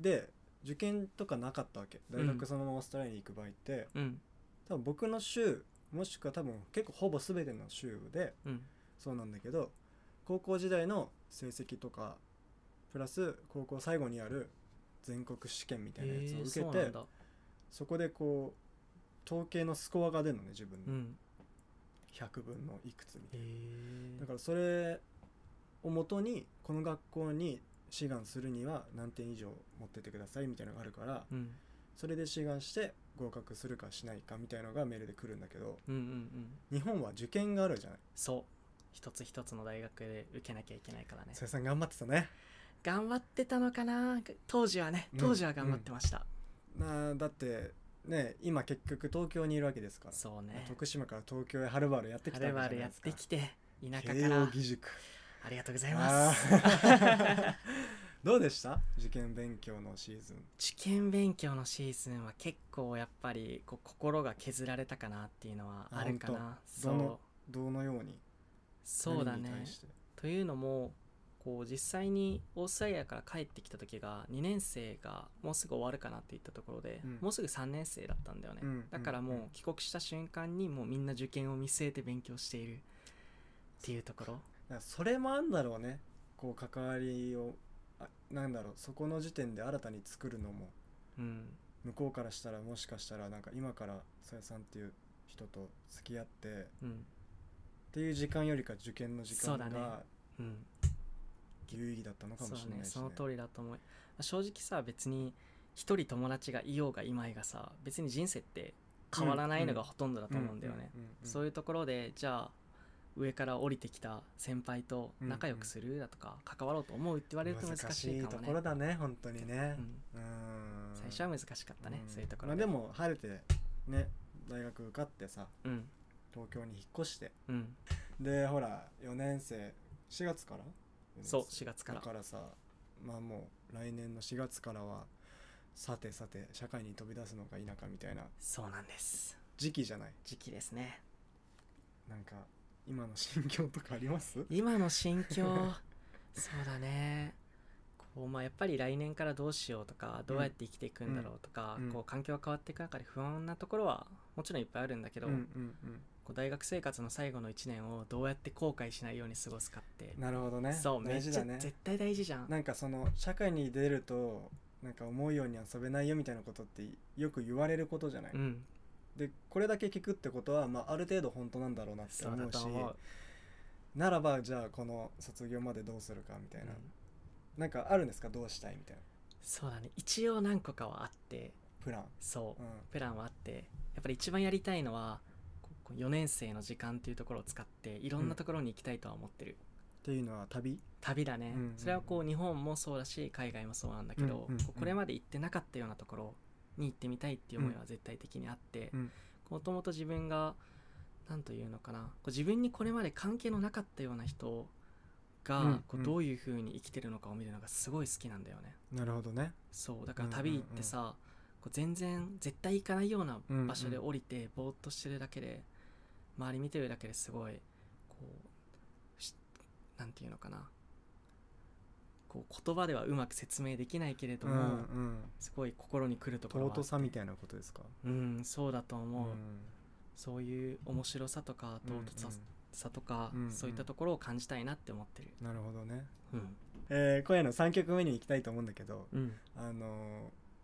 [SPEAKER 2] で受験とかなかったわけ大
[SPEAKER 1] うん
[SPEAKER 2] 学そのままオーストラリアに行く場合って、
[SPEAKER 1] うん
[SPEAKER 2] 多分僕の州もしくは多分結構ほぼ全ての州で
[SPEAKER 1] うん
[SPEAKER 2] そうなんだけど高校時代の成績とかプラス高校最後にある全国試験みたいなやつ
[SPEAKER 1] え
[SPEAKER 2] を
[SPEAKER 1] ー
[SPEAKER 2] 受
[SPEAKER 1] そう
[SPEAKER 2] け
[SPEAKER 1] な
[SPEAKER 2] て
[SPEAKER 1] んだ
[SPEAKER 2] そこでこう統計のスコアが出るのね自分
[SPEAKER 1] う
[SPEAKER 2] の
[SPEAKER 1] ん
[SPEAKER 2] 100分のいくつみた
[SPEAKER 1] へ
[SPEAKER 2] いな
[SPEAKER 1] え
[SPEAKER 2] だからそれをもとにこの学校に志願するには何点以上持ってってくださいみたいなのがあるから
[SPEAKER 1] うん
[SPEAKER 2] それで志願して合格するかしないかみたいなのがメールで来るんだけど
[SPEAKER 1] うんうんうん
[SPEAKER 2] 日本は受験があるじゃない
[SPEAKER 1] そう一つ一つの大学で受けなきゃいけないからね
[SPEAKER 2] それさん頑張ってたね
[SPEAKER 1] 頑張ってたのかな当時はね
[SPEAKER 2] うん
[SPEAKER 1] 当時は頑張ってました、
[SPEAKER 2] なあだってね今結局東京にいるわけですから、
[SPEAKER 1] そうね
[SPEAKER 2] 徳島から東京へはるばるやってき
[SPEAKER 1] は
[SPEAKER 2] た
[SPEAKER 1] る
[SPEAKER 2] わけじゃな
[SPEAKER 1] ば
[SPEAKER 2] い
[SPEAKER 1] るやっ
[SPEAKER 2] ですか
[SPEAKER 1] てきて田舎
[SPEAKER 2] 慶
[SPEAKER 1] か
[SPEAKER 2] 応
[SPEAKER 1] ら
[SPEAKER 2] 義塾
[SPEAKER 1] ありがとうございます
[SPEAKER 2] あーどうでした受験勉強のシーズン
[SPEAKER 1] 受験勉強のシーズンは結構やっぱりこう心が削られたかなっていうのはあるかな
[SPEAKER 2] 当
[SPEAKER 1] そ
[SPEAKER 2] ど
[SPEAKER 1] う
[SPEAKER 2] のどのように
[SPEAKER 1] そうだ
[SPEAKER 2] 何
[SPEAKER 1] ね
[SPEAKER 2] に対して
[SPEAKER 1] というのもこう実際にオーストラリアから帰ってきた時が2年生がもうすぐ終わるかなって言ったところで、
[SPEAKER 2] うん
[SPEAKER 1] もうすぐ3年生だったんだよね、
[SPEAKER 2] うんうん
[SPEAKER 1] だからもう帰国した瞬間にもうみんな受験を見据えて勉強しているっていうところ
[SPEAKER 2] だからそれもあんだろうねこう関わりをあなんだろうそこの時点で新たに作るのも
[SPEAKER 1] うん
[SPEAKER 2] 向こうからしたらもしかしたらなんか今からさやさんっていう人と付き合ってっ
[SPEAKER 1] うん
[SPEAKER 2] ていう時間よりか受験の時
[SPEAKER 1] そ
[SPEAKER 2] 間
[SPEAKER 1] うだね
[SPEAKER 2] が
[SPEAKER 1] うん
[SPEAKER 2] 有意義だったのかもし
[SPEAKER 1] そう
[SPEAKER 2] れ
[SPEAKER 1] ね
[SPEAKER 2] ないし、
[SPEAKER 1] そ
[SPEAKER 2] ね
[SPEAKER 1] の通りだと思う、まあ正直さ別に一人友達がいようがいまいがさ別に人生って変わらないのがほとんどだと思うんだよね、そういうところでじゃあ上から降りてきた先輩と仲良くするだとか関わろうと思うって言われると難しいか
[SPEAKER 2] 難
[SPEAKER 1] も
[SPEAKER 2] し
[SPEAKER 1] ね
[SPEAKER 2] いところだね本当にね
[SPEAKER 1] うん
[SPEAKER 2] う
[SPEAKER 1] 最
[SPEAKER 2] ん
[SPEAKER 1] 初は難しかったね、
[SPEAKER 2] ん
[SPEAKER 1] そういうところ
[SPEAKER 2] まあ、でも晴れてね大学受かってさ
[SPEAKER 1] うん
[SPEAKER 2] 東京に引っ越して
[SPEAKER 1] うん
[SPEAKER 2] でほら4年生4月から
[SPEAKER 1] そう
[SPEAKER 2] 4
[SPEAKER 1] 4月から
[SPEAKER 2] だからさまあもう来年の4月からはさてさて社会に飛び出すのか否かみたいな
[SPEAKER 1] そうなんです
[SPEAKER 2] 時期じゃない
[SPEAKER 1] 時期ですね
[SPEAKER 2] なんか今の心境とかあります
[SPEAKER 1] 今の心 境そうだねこうまあやっぱり来年からどうしようとかどうやって生きていくんだろうとか、
[SPEAKER 2] うん
[SPEAKER 1] こう環境が変わっていく中で不安なところはもちろんいっぱいあるんだけど、
[SPEAKER 2] うんうん
[SPEAKER 1] こう大学生活の最後の1年をどうやって後悔しないように過ごすかって
[SPEAKER 2] うん、なるほどね
[SPEAKER 1] そうめっ
[SPEAKER 2] 大
[SPEAKER 1] ちゃ、
[SPEAKER 2] 事だね
[SPEAKER 1] 絶対大事じゃん
[SPEAKER 2] なんかその社会に出るとなんか思うように遊べないよみたいなことってよく言われることじゃない、
[SPEAKER 1] うん
[SPEAKER 2] でこれだけ聞くってことは、まあ、ある程度本当なんだろうなって
[SPEAKER 1] そう
[SPEAKER 2] 思
[SPEAKER 1] だ
[SPEAKER 2] う
[SPEAKER 1] と
[SPEAKER 2] し
[SPEAKER 1] 思う
[SPEAKER 2] ならばじゃあこの卒業までどうするかみたいな、
[SPEAKER 1] うん
[SPEAKER 2] なんかあるんですかどうしたいみたいな
[SPEAKER 1] そうだね一応何個かはあって
[SPEAKER 2] プラン、
[SPEAKER 1] そう、
[SPEAKER 2] うん
[SPEAKER 1] プランはあってやっぱり一番やりたいのは4年生の時間っていうところを使っていろんなところに行きたいとは思ってる、
[SPEAKER 2] っていうのは旅
[SPEAKER 1] 旅だね、
[SPEAKER 2] うんうんうん
[SPEAKER 1] それはこう日本もそうだし海外もそうなんだけど、
[SPEAKER 2] うんうんうん
[SPEAKER 1] こうこれまで行ってなかったようなところに行ってみたいっていう思いは絶対的にあって
[SPEAKER 2] うん
[SPEAKER 1] もともと自分が何というのかなこう自分にこれまで関係のなかったような人が、
[SPEAKER 2] うん
[SPEAKER 1] こ
[SPEAKER 2] う
[SPEAKER 1] うんどういうふうに生きてるのかを見るのがすごい好きなんだよね。
[SPEAKER 2] なるほどね
[SPEAKER 1] そうだか
[SPEAKER 2] う
[SPEAKER 1] ら
[SPEAKER 2] んうんうん
[SPEAKER 1] 旅行ってさ、こう全然絶対行かないような場所で
[SPEAKER 2] うん
[SPEAKER 1] 降りてぼーっとしてるだけで周り見てるだけですごいこうしなんていうのかなこう言葉ではうまく説明できないけれど
[SPEAKER 2] うん
[SPEAKER 1] も、
[SPEAKER 2] うん
[SPEAKER 1] すごい心に来るところは
[SPEAKER 2] 尊さみたいなことですか
[SPEAKER 1] うんそうだと思う、
[SPEAKER 2] ん
[SPEAKER 1] そういう面白さとか尊さ,、とか、
[SPEAKER 2] うんうん
[SPEAKER 1] そういったところを感じたいなって思ってる
[SPEAKER 2] うんなるほどね、
[SPEAKER 1] うん
[SPEAKER 2] えー今夜の3曲目に行きたいと思うんだけど
[SPEAKER 1] うん
[SPEAKER 2] あのー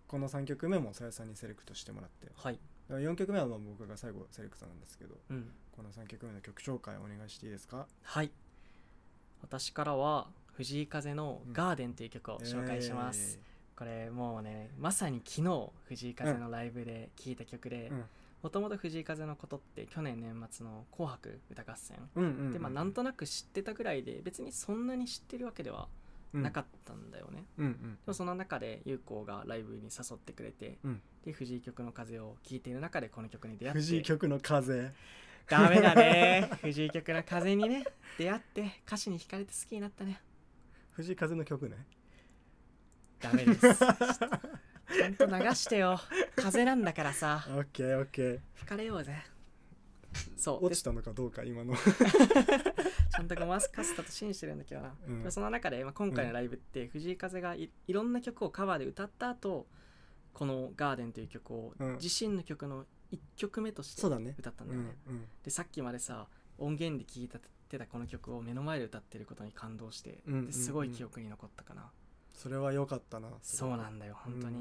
[SPEAKER 2] この3曲目もさやさんにセレクトしてもらって
[SPEAKER 1] はい
[SPEAKER 2] 4曲目はまあ僕が最後セレクトなんですけど
[SPEAKER 1] うん
[SPEAKER 2] この3曲目の曲紹介お願いしていいですか
[SPEAKER 1] はい私からは藤井風の「ガーデン」という曲を紹介します、、これもうねまさに昨日藤井風のライブで聴いた曲
[SPEAKER 2] え
[SPEAKER 1] で
[SPEAKER 2] ーうん
[SPEAKER 1] もともと藤井風のことって去年年末の「紅白歌合戦
[SPEAKER 2] うんうんう」ん、
[SPEAKER 1] でまあなんとなく知ってたぐらいで別にそんなに知ってるわけではなかったんだよね、
[SPEAKER 2] うんうん
[SPEAKER 1] でもその中で優子がライブに誘ってくれて、
[SPEAKER 2] うん
[SPEAKER 1] で藤井曲の風を聴いている中でこの曲に出会って
[SPEAKER 2] 藤井曲の風
[SPEAKER 1] ダメだね藤井曲の風にね出会って歌詞に惹かれて好きになったね
[SPEAKER 2] 藤井風 の曲ね
[SPEAKER 1] ダメですちゃんと流してよ風なんだからさ
[SPEAKER 2] オッケーオッケー
[SPEAKER 1] 吹かれようぜそう
[SPEAKER 2] 落
[SPEAKER 1] で
[SPEAKER 2] ち
[SPEAKER 1] ち
[SPEAKER 2] たのかどうか今の
[SPEAKER 1] ゃんとごまかせたと信じてるんだけどな、
[SPEAKER 2] うん
[SPEAKER 1] でもその中で、まあ、今回のライブって藤井風がいいろんな曲をカバーで歌った後この「ガーデン」という曲を
[SPEAKER 2] うん
[SPEAKER 1] 自身の曲の1曲目として
[SPEAKER 2] そうだね
[SPEAKER 1] 歌った
[SPEAKER 2] うん
[SPEAKER 1] だよね、
[SPEAKER 2] ん
[SPEAKER 1] でさっきまでさ音源で聴いたてたこの曲を目の前で歌ってることに感動して、
[SPEAKER 2] うんうんうん
[SPEAKER 1] ですごい記憶に残ったかな、
[SPEAKER 2] それは良かったな
[SPEAKER 1] そうなんだよ本当に、
[SPEAKER 2] うん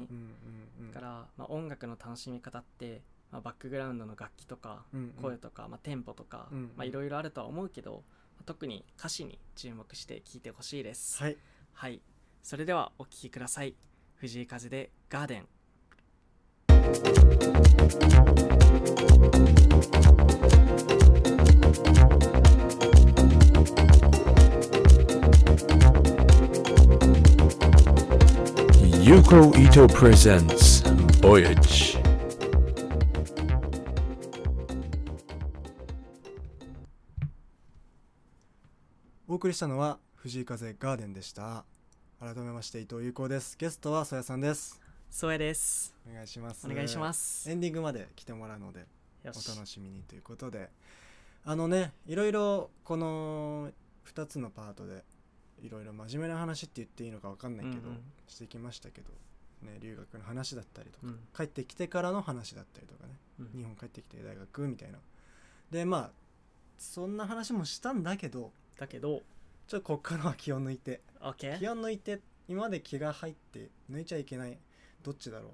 [SPEAKER 2] うんうん
[SPEAKER 1] だから、まあ、音楽の楽しみ方って、まあ、バックグラウンドの楽器とか
[SPEAKER 2] うんうん
[SPEAKER 1] 声とか、まあ、テンポとか
[SPEAKER 2] うんうん
[SPEAKER 1] まあいろいろあるとは思うけど、まあ特に歌詞に注目して聴いてほしいです
[SPEAKER 2] はい
[SPEAKER 1] はい、それではお聴きください藤井風で「ガーデン」
[SPEAKER 3] Yuko Ito presents Voyage.
[SPEAKER 2] お送りしたのは藤井風ガーデンでした改めまして伊藤優子ですゲストはそやさんです
[SPEAKER 1] そうやです
[SPEAKER 2] お願いします
[SPEAKER 1] お願いします
[SPEAKER 2] エンディングまで来てもらうので
[SPEAKER 1] よし
[SPEAKER 2] お楽しみにということであのねいろいろこの2つのパートでいろいろ真面目な話って言っていいのか分かんないけど、
[SPEAKER 1] うんうん
[SPEAKER 2] してきましたけど、ね、留学の話だったりとか、
[SPEAKER 1] うん
[SPEAKER 2] 帰ってきてからの話だったりとかね
[SPEAKER 1] うん
[SPEAKER 2] 日本帰ってきて大学みたいなでまあそんな話もしたんだけど
[SPEAKER 1] だけど
[SPEAKER 2] ちょっとこっからは気を抜いて
[SPEAKER 1] OK
[SPEAKER 2] 気を抜いて今まで気が入って抜いちゃいけないどっちだろ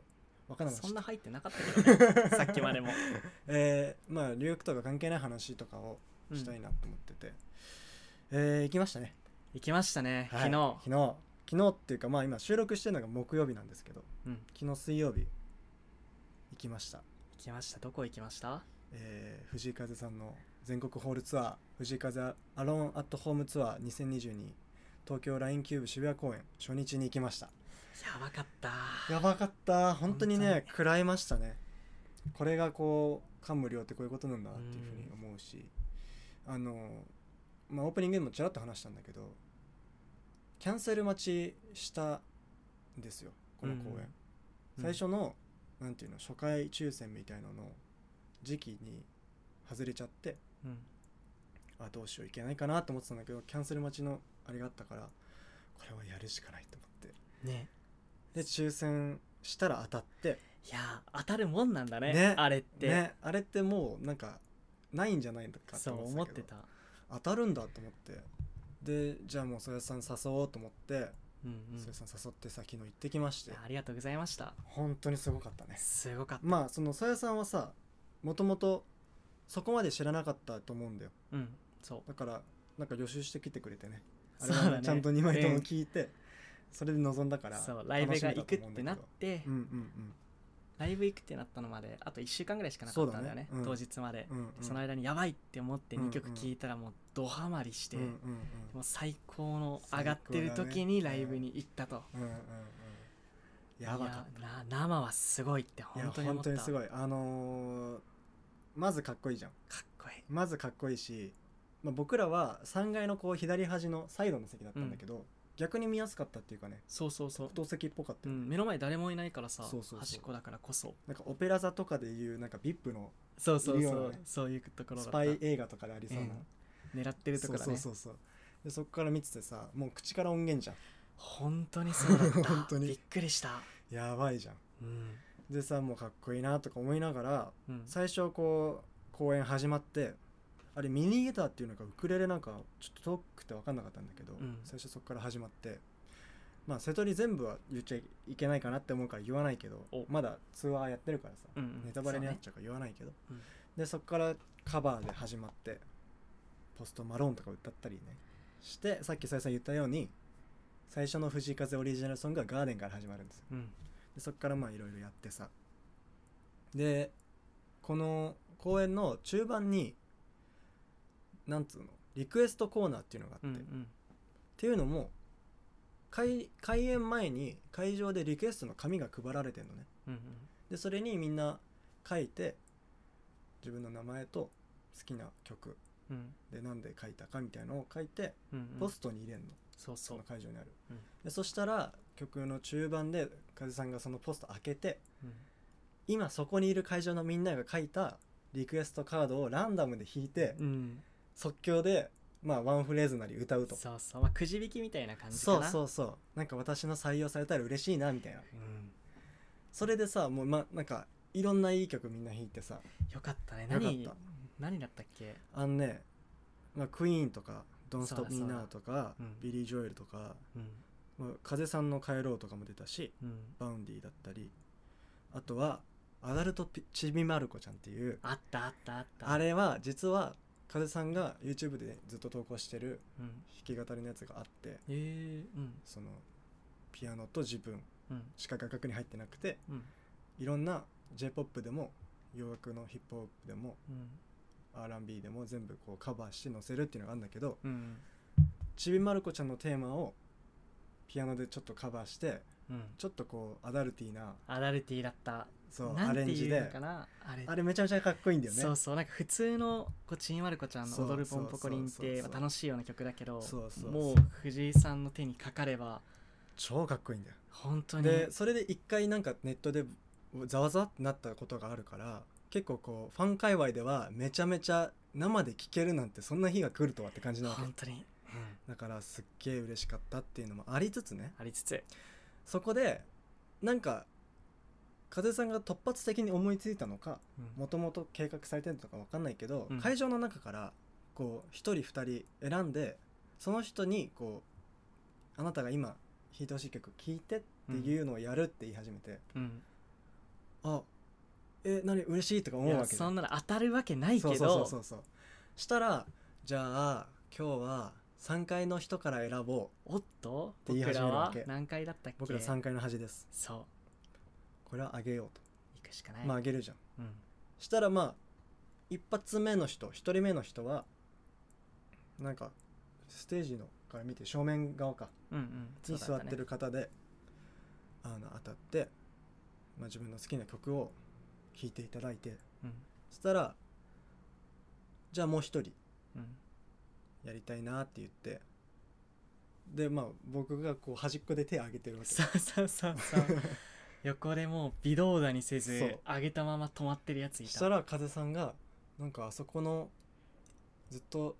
[SPEAKER 2] う分からない
[SPEAKER 1] そんな入ってなかったけどね さっきまでも、
[SPEAKER 2] えーまあ留学とか関係ない話とかを
[SPEAKER 1] うん
[SPEAKER 2] したいなと思ってて、えー行きましたね、
[SPEAKER 1] 行きましたね、
[SPEAKER 2] はい
[SPEAKER 1] 昨日
[SPEAKER 2] 昨日昨日っていうかまあ今収録してるのが木曜日なんですけど
[SPEAKER 1] うん
[SPEAKER 2] 昨日水曜日行きました、
[SPEAKER 1] 行きましたどこ行きました
[SPEAKER 2] えー藤井風さんの全国ホールツアー藤井風アローンアットホームツアー2022東京ラインキューブ渋谷公演初日に行きました
[SPEAKER 1] やばかった
[SPEAKER 2] やばかった本当にね
[SPEAKER 1] 本当に
[SPEAKER 2] 食らいましたねこれがこう感無量ってこういうことなんだなっていうふうに思うし、あのまあオープニングでもちらっと話したんだけどキャンセル待ちしたんですよこの公
[SPEAKER 1] う
[SPEAKER 2] 演、
[SPEAKER 1] ん
[SPEAKER 2] 最初の、なんていうの初回抽選みたいのの時期に外れちゃって
[SPEAKER 1] うん
[SPEAKER 2] あどうしよういけないかなと思ってたんだけどキャンセル待ちのあれがあったからこれはやるしかないと思って
[SPEAKER 1] ね
[SPEAKER 2] で抽選したら当たって
[SPEAKER 1] いやー当たるもんなんだね
[SPEAKER 2] ね
[SPEAKER 1] あれって、
[SPEAKER 2] ねあれってもうなんかないんじゃないのか
[SPEAKER 1] そう
[SPEAKER 2] と
[SPEAKER 1] 思
[SPEAKER 2] 思っ
[SPEAKER 1] って
[SPEAKER 2] たけ
[SPEAKER 1] て
[SPEAKER 2] ど
[SPEAKER 1] た、
[SPEAKER 2] 当たるんだと思ってでじゃあもうそやさん誘おうと思って
[SPEAKER 1] うんうん
[SPEAKER 2] そや、さん誘って先の行ってきまして
[SPEAKER 1] いやありがとうございました
[SPEAKER 2] 本当にすごかったね
[SPEAKER 1] すごかった、
[SPEAKER 2] まあそのそやさんはさもともとそこまで知らなかったと思うんだよ
[SPEAKER 1] うんそう
[SPEAKER 2] だからなんか予習してきてくれてねあ
[SPEAKER 1] そう
[SPEAKER 2] れ
[SPEAKER 1] だ
[SPEAKER 2] は
[SPEAKER 1] ね
[SPEAKER 2] ちゃんと2枚とも聞いて、それで臨んだから
[SPEAKER 1] そうライブが行くってなっ
[SPEAKER 2] 楽しみ
[SPEAKER 1] て、
[SPEAKER 2] だと思うんだけどうん
[SPEAKER 1] ライブ行くってなったのまであと1週間ぐらいしかなかったんだよね
[SPEAKER 2] そうだねうん
[SPEAKER 1] 当日まで、
[SPEAKER 2] うんうんうん
[SPEAKER 1] その間にやばいって思って
[SPEAKER 2] うんうん
[SPEAKER 1] 2曲聴いたらもうドハマりして、
[SPEAKER 2] うんうん
[SPEAKER 1] もう最高の上がってる時にライブに行ったと、
[SPEAKER 2] うんうんうんうんうんやばかっ
[SPEAKER 1] いやな生はすごいって
[SPEAKER 2] たい
[SPEAKER 1] 本
[SPEAKER 2] や
[SPEAKER 1] 当に思
[SPEAKER 2] 本
[SPEAKER 1] った
[SPEAKER 2] 当にすごいあのーまずかっこいいじゃん
[SPEAKER 1] かっこいい
[SPEAKER 2] まずかっこいいし、まあ、僕らは3階のこう左端のサイドの席だったんだけど、逆に見やすかったっていうかね
[SPEAKER 1] そうそうそう、
[SPEAKER 2] 同席っぽかった
[SPEAKER 1] う
[SPEAKER 2] よね
[SPEAKER 1] ん、目の前誰もいないからさ
[SPEAKER 2] そうそうそう
[SPEAKER 1] 端っこだからこそ
[SPEAKER 2] なんかオペラ座とかでいうなんか VIP の
[SPEAKER 1] そうそう
[SPEAKER 2] いる
[SPEAKER 1] そ
[SPEAKER 2] よう
[SPEAKER 1] う
[SPEAKER 2] なね
[SPEAKER 1] そういうところだ
[SPEAKER 2] ス
[SPEAKER 1] った
[SPEAKER 2] パイ映画とかでありそうな、
[SPEAKER 1] うん狙ってるところだね
[SPEAKER 2] そうそうそうそうでそこから見ててさもう口から音源じゃ
[SPEAKER 1] 本当にそうだった
[SPEAKER 2] 本当に
[SPEAKER 1] びっくりした
[SPEAKER 2] んやばいじゃん
[SPEAKER 1] うん、
[SPEAKER 2] でさもうかっこいいなとか思いながら
[SPEAKER 1] うん、
[SPEAKER 2] 最初こう公演始まってあれミニギターっていうのかウクレレなんかちょっと遠くて分かんなかったんだけど、
[SPEAKER 1] うん
[SPEAKER 2] 最初そこから始まってまあ瀬戸に全部は言っちゃいけないかなって思うから言わないけど
[SPEAKER 1] お
[SPEAKER 2] まだツアーやってるからさ、
[SPEAKER 1] うんうん
[SPEAKER 2] ネタバレになっちゃうから言わないけど、
[SPEAKER 1] そうね
[SPEAKER 2] でそこからカバーで始まってポストマローンとか歌ったりねしてさっきさやさん言ったように最初の藤井風オリジナルソングは「ガーデン」から始まるんですよ
[SPEAKER 1] うん
[SPEAKER 2] でそっからまあいろいろやってさでこの公演の中盤になんつうのリクエストコーナーっていうのがあって、
[SPEAKER 1] うんう
[SPEAKER 2] っ
[SPEAKER 1] ん
[SPEAKER 2] ていうのも開開演前に会場でリクエストの紙が配られてんのね
[SPEAKER 1] うんうん
[SPEAKER 2] でそれにみんな書いて自分の名前と好きな曲
[SPEAKER 1] うん
[SPEAKER 2] でなんで書いたかみたいのを書いて
[SPEAKER 1] うんうん
[SPEAKER 2] ポストに入れんの、
[SPEAKER 1] そうそ
[SPEAKER 2] そうの会場にある、
[SPEAKER 1] うん
[SPEAKER 2] でそしたら曲の中盤で風さんがそのポスト開けて
[SPEAKER 1] うん
[SPEAKER 2] 今そこにいる会場のみんなが書いたリクエストカードをランダムで引いて、
[SPEAKER 1] うん
[SPEAKER 2] 即興でまあワンフレーズなり歌うと
[SPEAKER 1] そうそう、まあ、くじ引きみたいな感じか
[SPEAKER 2] そう
[SPEAKER 1] な
[SPEAKER 2] そううそうなんか私の採用されたら嬉しいなみたいな
[SPEAKER 1] そう、ん、
[SPEAKER 2] それでさもうまなんかいろんないい曲みんな弾いてさ
[SPEAKER 1] よかったね
[SPEAKER 2] よかっ
[SPEAKER 1] 何
[SPEAKER 2] た
[SPEAKER 1] 何だったっけ
[SPEAKER 2] あのね、まあ、クイーンとかドンストップミーナーとか、
[SPEAKER 1] そうだうん
[SPEAKER 2] ビリー・ジョエルとか、
[SPEAKER 1] うん
[SPEAKER 2] まあ、風さんの帰ろうとかも出たし
[SPEAKER 1] うん
[SPEAKER 2] バウンディだったりあとはアダルトピちびまる子ちゃんっていう
[SPEAKER 1] あったあったあった
[SPEAKER 2] あ、れは実は風さんが YouTube でずっと投稿してる
[SPEAKER 1] うん、
[SPEAKER 2] 弾き語りのやつがあって
[SPEAKER 1] えー、うん
[SPEAKER 2] そのピアノと自分
[SPEAKER 1] うん
[SPEAKER 2] しか画角に入ってなくて
[SPEAKER 1] うん
[SPEAKER 2] いろんな j p o p でも洋楽のヒップホップでも
[SPEAKER 1] うん、
[SPEAKER 2] R&B でも全部こうカバーして載せるっていうのがあるんだけど
[SPEAKER 1] うん
[SPEAKER 2] ちびまる子ちゃんのテーマをピアノでちょっとカバーして
[SPEAKER 1] うん、
[SPEAKER 2] ちょっとこうアダルティーな
[SPEAKER 1] アダルティーだった
[SPEAKER 2] そう
[SPEAKER 1] な
[SPEAKER 2] ア
[SPEAKER 1] んて
[SPEAKER 2] レンジ
[SPEAKER 1] いうの
[SPEAKER 2] で
[SPEAKER 1] かなあれ
[SPEAKER 2] あれめちゃめちゃかっこいいんだよね
[SPEAKER 1] そうそうなんか普通のこうちんわる子ちゃんの「
[SPEAKER 2] そう
[SPEAKER 1] 踊るポンポコリン」っ
[SPEAKER 2] そうそう
[SPEAKER 1] て
[SPEAKER 2] そう
[SPEAKER 1] まあ楽しいような曲だけど
[SPEAKER 2] そうそうそう
[SPEAKER 1] もう藤井さんの手にかかれば
[SPEAKER 2] 超かっこいいんだよ
[SPEAKER 1] 本当に
[SPEAKER 2] でそれで一回なんかネットでざわざわってなったことがあるから結構こうファン界隈ではめちゃめちゃ生で聴けるなんてそんな日が来るとはって感じなわけ
[SPEAKER 1] 本当に、うん、
[SPEAKER 2] だからすっげえ嬉しかったっていうのもありつつね
[SPEAKER 1] ありつつ
[SPEAKER 2] そこでなんか風さんが突発的に思いついたのか
[SPEAKER 1] うん
[SPEAKER 2] もともと計画されてるのかわかんないけど、
[SPEAKER 1] うん
[SPEAKER 2] 会場の中からこう1人2人選んでその人にこうあなたが今弾いてほしい曲聴いてっていうのをやるって言い始めて、
[SPEAKER 1] うん
[SPEAKER 2] あえ何嬉しいとか
[SPEAKER 1] い
[SPEAKER 2] 思う
[SPEAKER 1] や
[SPEAKER 2] わけじゃ
[SPEAKER 1] そ
[SPEAKER 2] ん
[SPEAKER 1] んなの当たるわけないけ
[SPEAKER 2] そうそうそ
[SPEAKER 1] ど
[SPEAKER 2] うそうしたらじゃあ今日は3階の人から選ぼう
[SPEAKER 1] おっと
[SPEAKER 2] て言い
[SPEAKER 1] 僕
[SPEAKER 2] 始
[SPEAKER 1] ら
[SPEAKER 2] めるわ
[SPEAKER 1] は
[SPEAKER 2] け
[SPEAKER 1] 何回だったっけ
[SPEAKER 2] 僕ら3階の端です
[SPEAKER 1] そう
[SPEAKER 2] これはあげようと、
[SPEAKER 1] 行くしかない、
[SPEAKER 2] まああげるじゃん
[SPEAKER 1] うん
[SPEAKER 2] したらまあ一発目の人一人目の人はなんかステージのから見て正面側か
[SPEAKER 1] うんうん
[SPEAKER 2] に
[SPEAKER 1] そう
[SPEAKER 2] 座
[SPEAKER 1] だ
[SPEAKER 2] って
[SPEAKER 1] たね
[SPEAKER 2] る方で、あの当たって、まあ、自分の好きな曲を弾いていただいて
[SPEAKER 1] うん
[SPEAKER 2] そしたらじゃあもう一人
[SPEAKER 1] うん
[SPEAKER 2] やりたいなって言ってでまあ僕がこう端っこで手を挙げてるわけ
[SPEAKER 1] さあさあさあ さあ横でもう微動だにせず
[SPEAKER 2] そ
[SPEAKER 1] 上げたまま止まってるやつい
[SPEAKER 2] したたら風さんがなんかあそこのずっと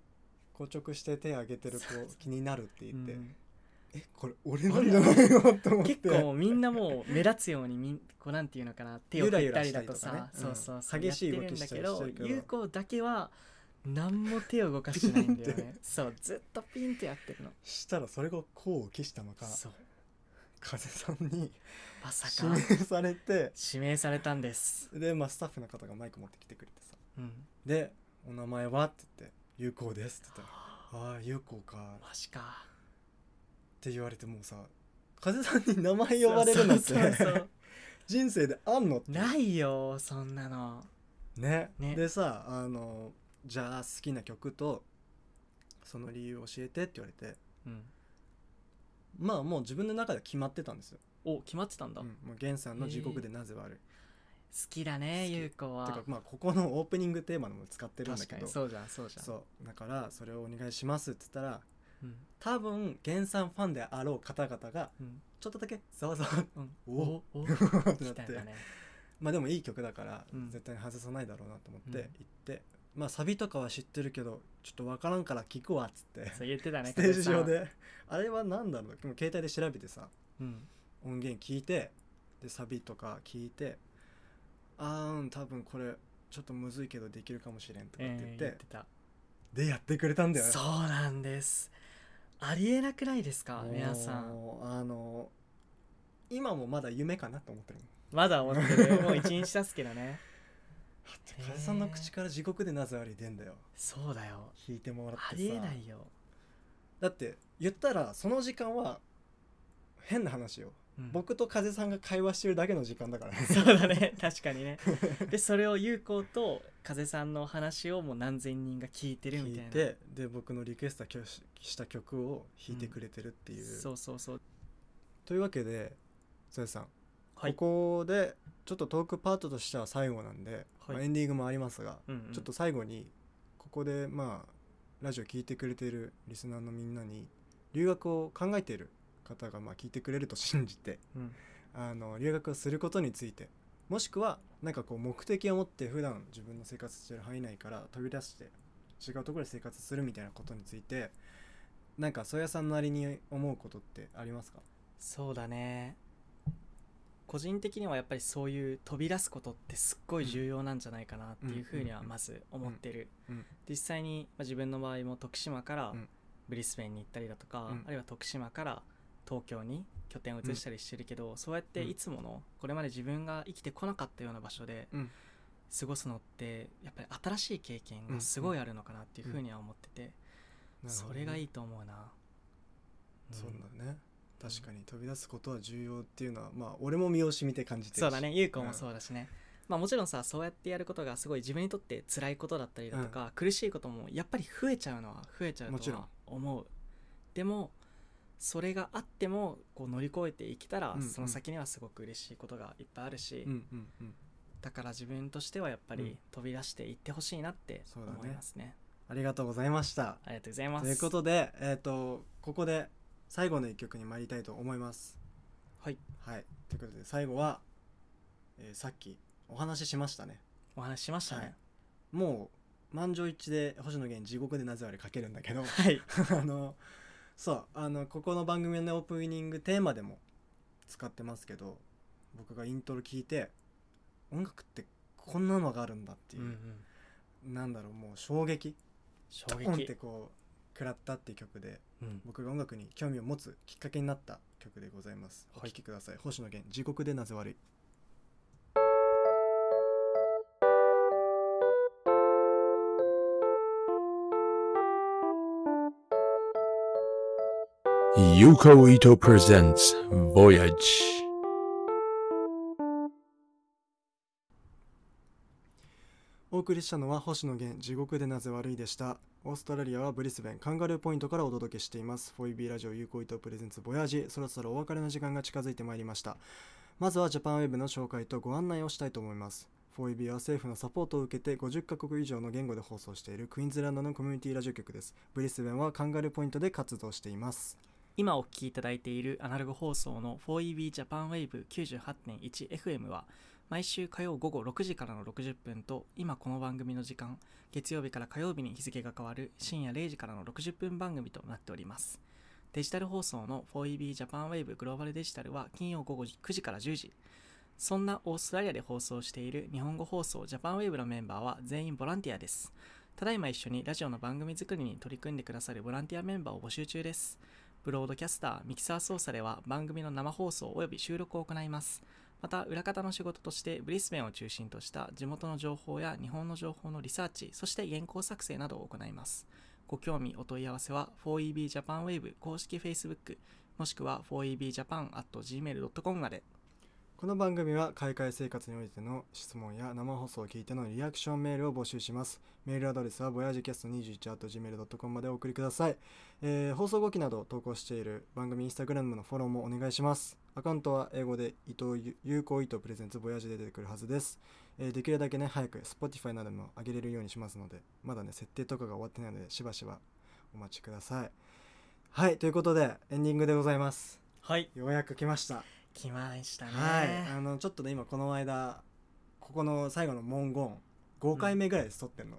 [SPEAKER 2] 硬直して手を挙げてる子気になるって言って、
[SPEAKER 1] うん
[SPEAKER 2] えこれ俺なんじゃないのと思って
[SPEAKER 1] 結構みんなもう目立つようにみんこうなんていうのかな手を
[SPEAKER 2] ゆら
[SPEAKER 1] 振
[SPEAKER 2] ゆ
[SPEAKER 1] った
[SPEAKER 2] ら
[SPEAKER 1] り
[SPEAKER 2] した
[SPEAKER 1] だ
[SPEAKER 2] りと
[SPEAKER 1] と
[SPEAKER 2] か
[SPEAKER 1] さ
[SPEAKER 2] ね
[SPEAKER 1] そうそうそう
[SPEAKER 2] うん激しい動き
[SPEAKER 1] やってるんだ
[SPEAKER 2] したりして
[SPEAKER 1] け
[SPEAKER 2] る
[SPEAKER 1] ど
[SPEAKER 2] けど
[SPEAKER 1] 優子だけは何も手を動かしてないんだよ ねそうずっとピンってやってるの
[SPEAKER 2] したらそれが功を期したのか
[SPEAKER 1] そう
[SPEAKER 2] 風さんに
[SPEAKER 1] まさ
[SPEAKER 2] 指
[SPEAKER 1] か
[SPEAKER 2] 名されて
[SPEAKER 1] 指名されたんです
[SPEAKER 2] で、まあ、スタッフの方がマイク持ってきてくれてさ
[SPEAKER 1] うん
[SPEAKER 2] で「お名前は?」って言って「有効です」って言ったら「ああ有効か」っ
[SPEAKER 1] マジか
[SPEAKER 2] て言われてもうさ風さんに名前呼ばれるなんて
[SPEAKER 1] そうそうそう
[SPEAKER 2] 人生であんのって
[SPEAKER 1] ないよそんなの
[SPEAKER 2] ね
[SPEAKER 1] ね
[SPEAKER 2] でさあのじゃあ好きな曲とその理由を教えてって言われて
[SPEAKER 1] うん
[SPEAKER 2] まあもう自分の中で決まってたんですよ、
[SPEAKER 1] お決まってたんだ、
[SPEAKER 2] うん
[SPEAKER 1] 好
[SPEAKER 2] もう源さんの「地獄でなぜ悪い」
[SPEAKER 1] きだね
[SPEAKER 2] 好き
[SPEAKER 1] 優子は
[SPEAKER 2] てかまあここのオープニングテーマのも使ってるんだ
[SPEAKER 1] 確
[SPEAKER 2] け
[SPEAKER 1] か
[SPEAKER 2] ど
[SPEAKER 1] にそうじゃんそうじゃん
[SPEAKER 2] そうだからそれをお願いしますって言ったら
[SPEAKER 1] うん
[SPEAKER 2] 多分源さんファンであろう方々が
[SPEAKER 1] うん
[SPEAKER 2] ちょっとだけざわざわっ
[SPEAKER 1] うん
[SPEAKER 2] お
[SPEAKER 1] おおお
[SPEAKER 2] てな
[SPEAKER 1] 来
[SPEAKER 2] った
[SPEAKER 1] ん
[SPEAKER 2] て、
[SPEAKER 1] だね
[SPEAKER 2] まあでもいい曲だから
[SPEAKER 1] うん
[SPEAKER 2] 絶対に外さないだろうなと思って
[SPEAKER 1] うん
[SPEAKER 2] 行って、まあサビとかは知ってるけどちょっとわからんから聞くわっつって
[SPEAKER 1] そう言ってたね
[SPEAKER 2] ステー
[SPEAKER 1] 加
[SPEAKER 2] ジ
[SPEAKER 1] 藤さ
[SPEAKER 2] 上
[SPEAKER 1] ん
[SPEAKER 2] であれは何だろうでも携帯で調べてさ
[SPEAKER 1] うん
[SPEAKER 2] 音源聞いてでサビとか聞いてあーうん多分これちょっとむずいけどできるかもしれんとかって言
[SPEAKER 1] え
[SPEAKER 2] っ
[SPEAKER 1] ー
[SPEAKER 2] て、
[SPEAKER 1] 言ってた
[SPEAKER 2] でやってくれたんだよね
[SPEAKER 1] そうなんですありえなくないですか
[SPEAKER 2] もう
[SPEAKER 1] 皆さん
[SPEAKER 2] あの今もまだ夢かなと思ってるもん
[SPEAKER 1] まだ思って るもう一日経つけどね
[SPEAKER 2] だって
[SPEAKER 1] へー
[SPEAKER 2] 風さんの口から地獄でなぜあり出んだよ
[SPEAKER 1] そうだよ
[SPEAKER 2] 弾いてもらってさ
[SPEAKER 1] ありえないよ、
[SPEAKER 2] だって言ったらその時間は変な話よ、
[SPEAKER 1] うん
[SPEAKER 2] 僕と風さんが会話してるだけの時間だからね
[SPEAKER 1] そうだね確かにねでそれを優子と風さんの話をもう何千人が聞いてる
[SPEAKER 2] 弾
[SPEAKER 1] み
[SPEAKER 2] い
[SPEAKER 1] たいな
[SPEAKER 2] てで僕のリクエストきょしした曲を弾いてくれてるっていう、
[SPEAKER 1] そうそうそう
[SPEAKER 2] というわけでそやさん、
[SPEAKER 1] はい
[SPEAKER 2] ここでちょっとトークパートとしては最後なんで、まあエンディングもありますが、
[SPEAKER 1] うんうん
[SPEAKER 2] ちょっと最後にここでまあラジオ聞いてくれてるリスナーのみんなに留学を考えている方がまあ聞いてくれると信じて
[SPEAKER 1] うん
[SPEAKER 2] あの留学をすることについてもしくはなんかこう目的を持って普段自分の生活してる範囲内から飛び出して違うところで生活するみたいなことについてなんかそやさんなりに思うことってありますか
[SPEAKER 1] そうだね個人的にはやっぱりそういう飛び出すことってすっごい重要なんじゃないかなっていうふうにはまず思ってる、
[SPEAKER 2] うんうん
[SPEAKER 1] 実際に、まあ、自分の場合も徳島から
[SPEAKER 2] うん
[SPEAKER 1] ブリスベンに行ったりだとか、
[SPEAKER 2] うん
[SPEAKER 1] あるいは徳島から東京に拠点を移したりしてるけど、そうやっていつものこれまで自分が生きてこなかったような場所で
[SPEAKER 2] うん
[SPEAKER 1] 過ごすのってやっぱり新しい経験がすごいあるのかなっていうふうには思ってて、それがい
[SPEAKER 2] い
[SPEAKER 1] いと思うな、うん
[SPEAKER 2] そうだね確かに飛び出すことは重要っていうのはまあ俺も身を染みて感じてるし
[SPEAKER 1] そうだね優子もそうだしね、まあもちろんさそうやってやることがすごい自分にとって辛いことだったりだとか、苦しいこともやっぱり増えちゃうのは増えちゃう
[SPEAKER 2] もち
[SPEAKER 1] と
[SPEAKER 2] ろん
[SPEAKER 1] は思うでもそれがあってもこう乗り越えていけたら、
[SPEAKER 2] うんうん
[SPEAKER 1] その先にはすごく嬉しいことがいっぱいあるし、
[SPEAKER 2] うんうんうん
[SPEAKER 1] だから自分としてはやっぱ
[SPEAKER 2] う
[SPEAKER 1] り
[SPEAKER 2] ん
[SPEAKER 1] 飛び出していってほしいなって
[SPEAKER 2] そうだね
[SPEAKER 1] 思いますね,、
[SPEAKER 2] ありがとうございました
[SPEAKER 1] ありがとうございます
[SPEAKER 2] ということでえっ、とここで最後の一曲に参りたいと思います
[SPEAKER 1] はい
[SPEAKER 2] はいということで最後は、えーさっきお話ししましたね
[SPEAKER 1] お話ししましたね
[SPEAKER 2] もう満場一致で星野源地獄でなぜあれかけるんだけ ど
[SPEAKER 1] はい、
[SPEAKER 2] あのそうあのここの番組のオープニングテーマでも使ってますけど僕がイントロ聞いて音楽ってこんなのがあるんだっていうう、
[SPEAKER 1] ん
[SPEAKER 2] なんだろうもう衝撃
[SPEAKER 1] 衝
[SPEAKER 2] ド
[SPEAKER 1] 撃
[SPEAKER 2] ーンってこう食らったっていう曲で
[SPEAKER 1] うん
[SPEAKER 2] 僕が音楽に興味を持つきっかけになった曲でございます、
[SPEAKER 1] はい
[SPEAKER 2] お聴きください星野源地獄でなぜ悪い
[SPEAKER 3] Yuko Ito presents Voyage.
[SPEAKER 2] おお送りしたのは星野源地獄でなぜ悪いでしたオーストラリアはブリスベンカンガルーポイントからお届けしています 4EB ラジオ有効糸プレゼンツボヤージそろそろお別れの時間が近づいてまいりましたまずはジャパンウェブの紹介とご案内をしたいと思います 4EB は政府のサポートを受けて50カ国以上の言語で放送しているクイーンズランドのコミュニティラジオ局ですブリスベンはカンガルーポイントで活動しています
[SPEAKER 1] 今お聞きいただいているアナログ放送の 4EB ジャパンウェイブ 98.1FM は毎週火曜午後6時からの60分と今この番組の時間月曜日から火曜日に日付が変わる深夜0時からの60分番組となっておりますデジタル放送の 4EB ジャパンウェイブグローバルデジタルは金曜午後9時から10時そんなオーストラリアで放送している日本語放送ジャパンウェイブのメンバーは全員ボランティアですただいま一緒にラジオの番組作りに取り組んでくださるボランティアメンバーを募集中ですブロードキャスターミキサー操作では番組の生放送および収録を行いますまた裏方の仕事としてブリスベンを中心とした地元の情報や日本の情報のリサーチそして原稿作成などを行いますご興味お問い合わせは 4EB ジャパンウェイブ公式 Facebook もしくは 4EB ジャパン at gmail.com まで
[SPEAKER 2] この番組は海外生活においての質問や生放送を聞いてのリアクションメールを募集しますメールアドレスは voyagecast21.gmail.com までお送りください、えー放送後期など投稿している番組インスタグラムのフォローもお願いしますアカウントは英語で伊藤ゆ有効伊藤プレゼンツボヤージで出てくるはずです、えーできるだけね早く Spotify などにも上げれるようにしますのでまだね設定とかが終わってないのでしばしばお待ちくださいはいということでエンディングでございます
[SPEAKER 1] はい
[SPEAKER 2] ようやく来ました
[SPEAKER 1] 来ましたね
[SPEAKER 2] はい、あのちょっとね今この間ここの最後の文言5回目ぐらいです、撮ってんの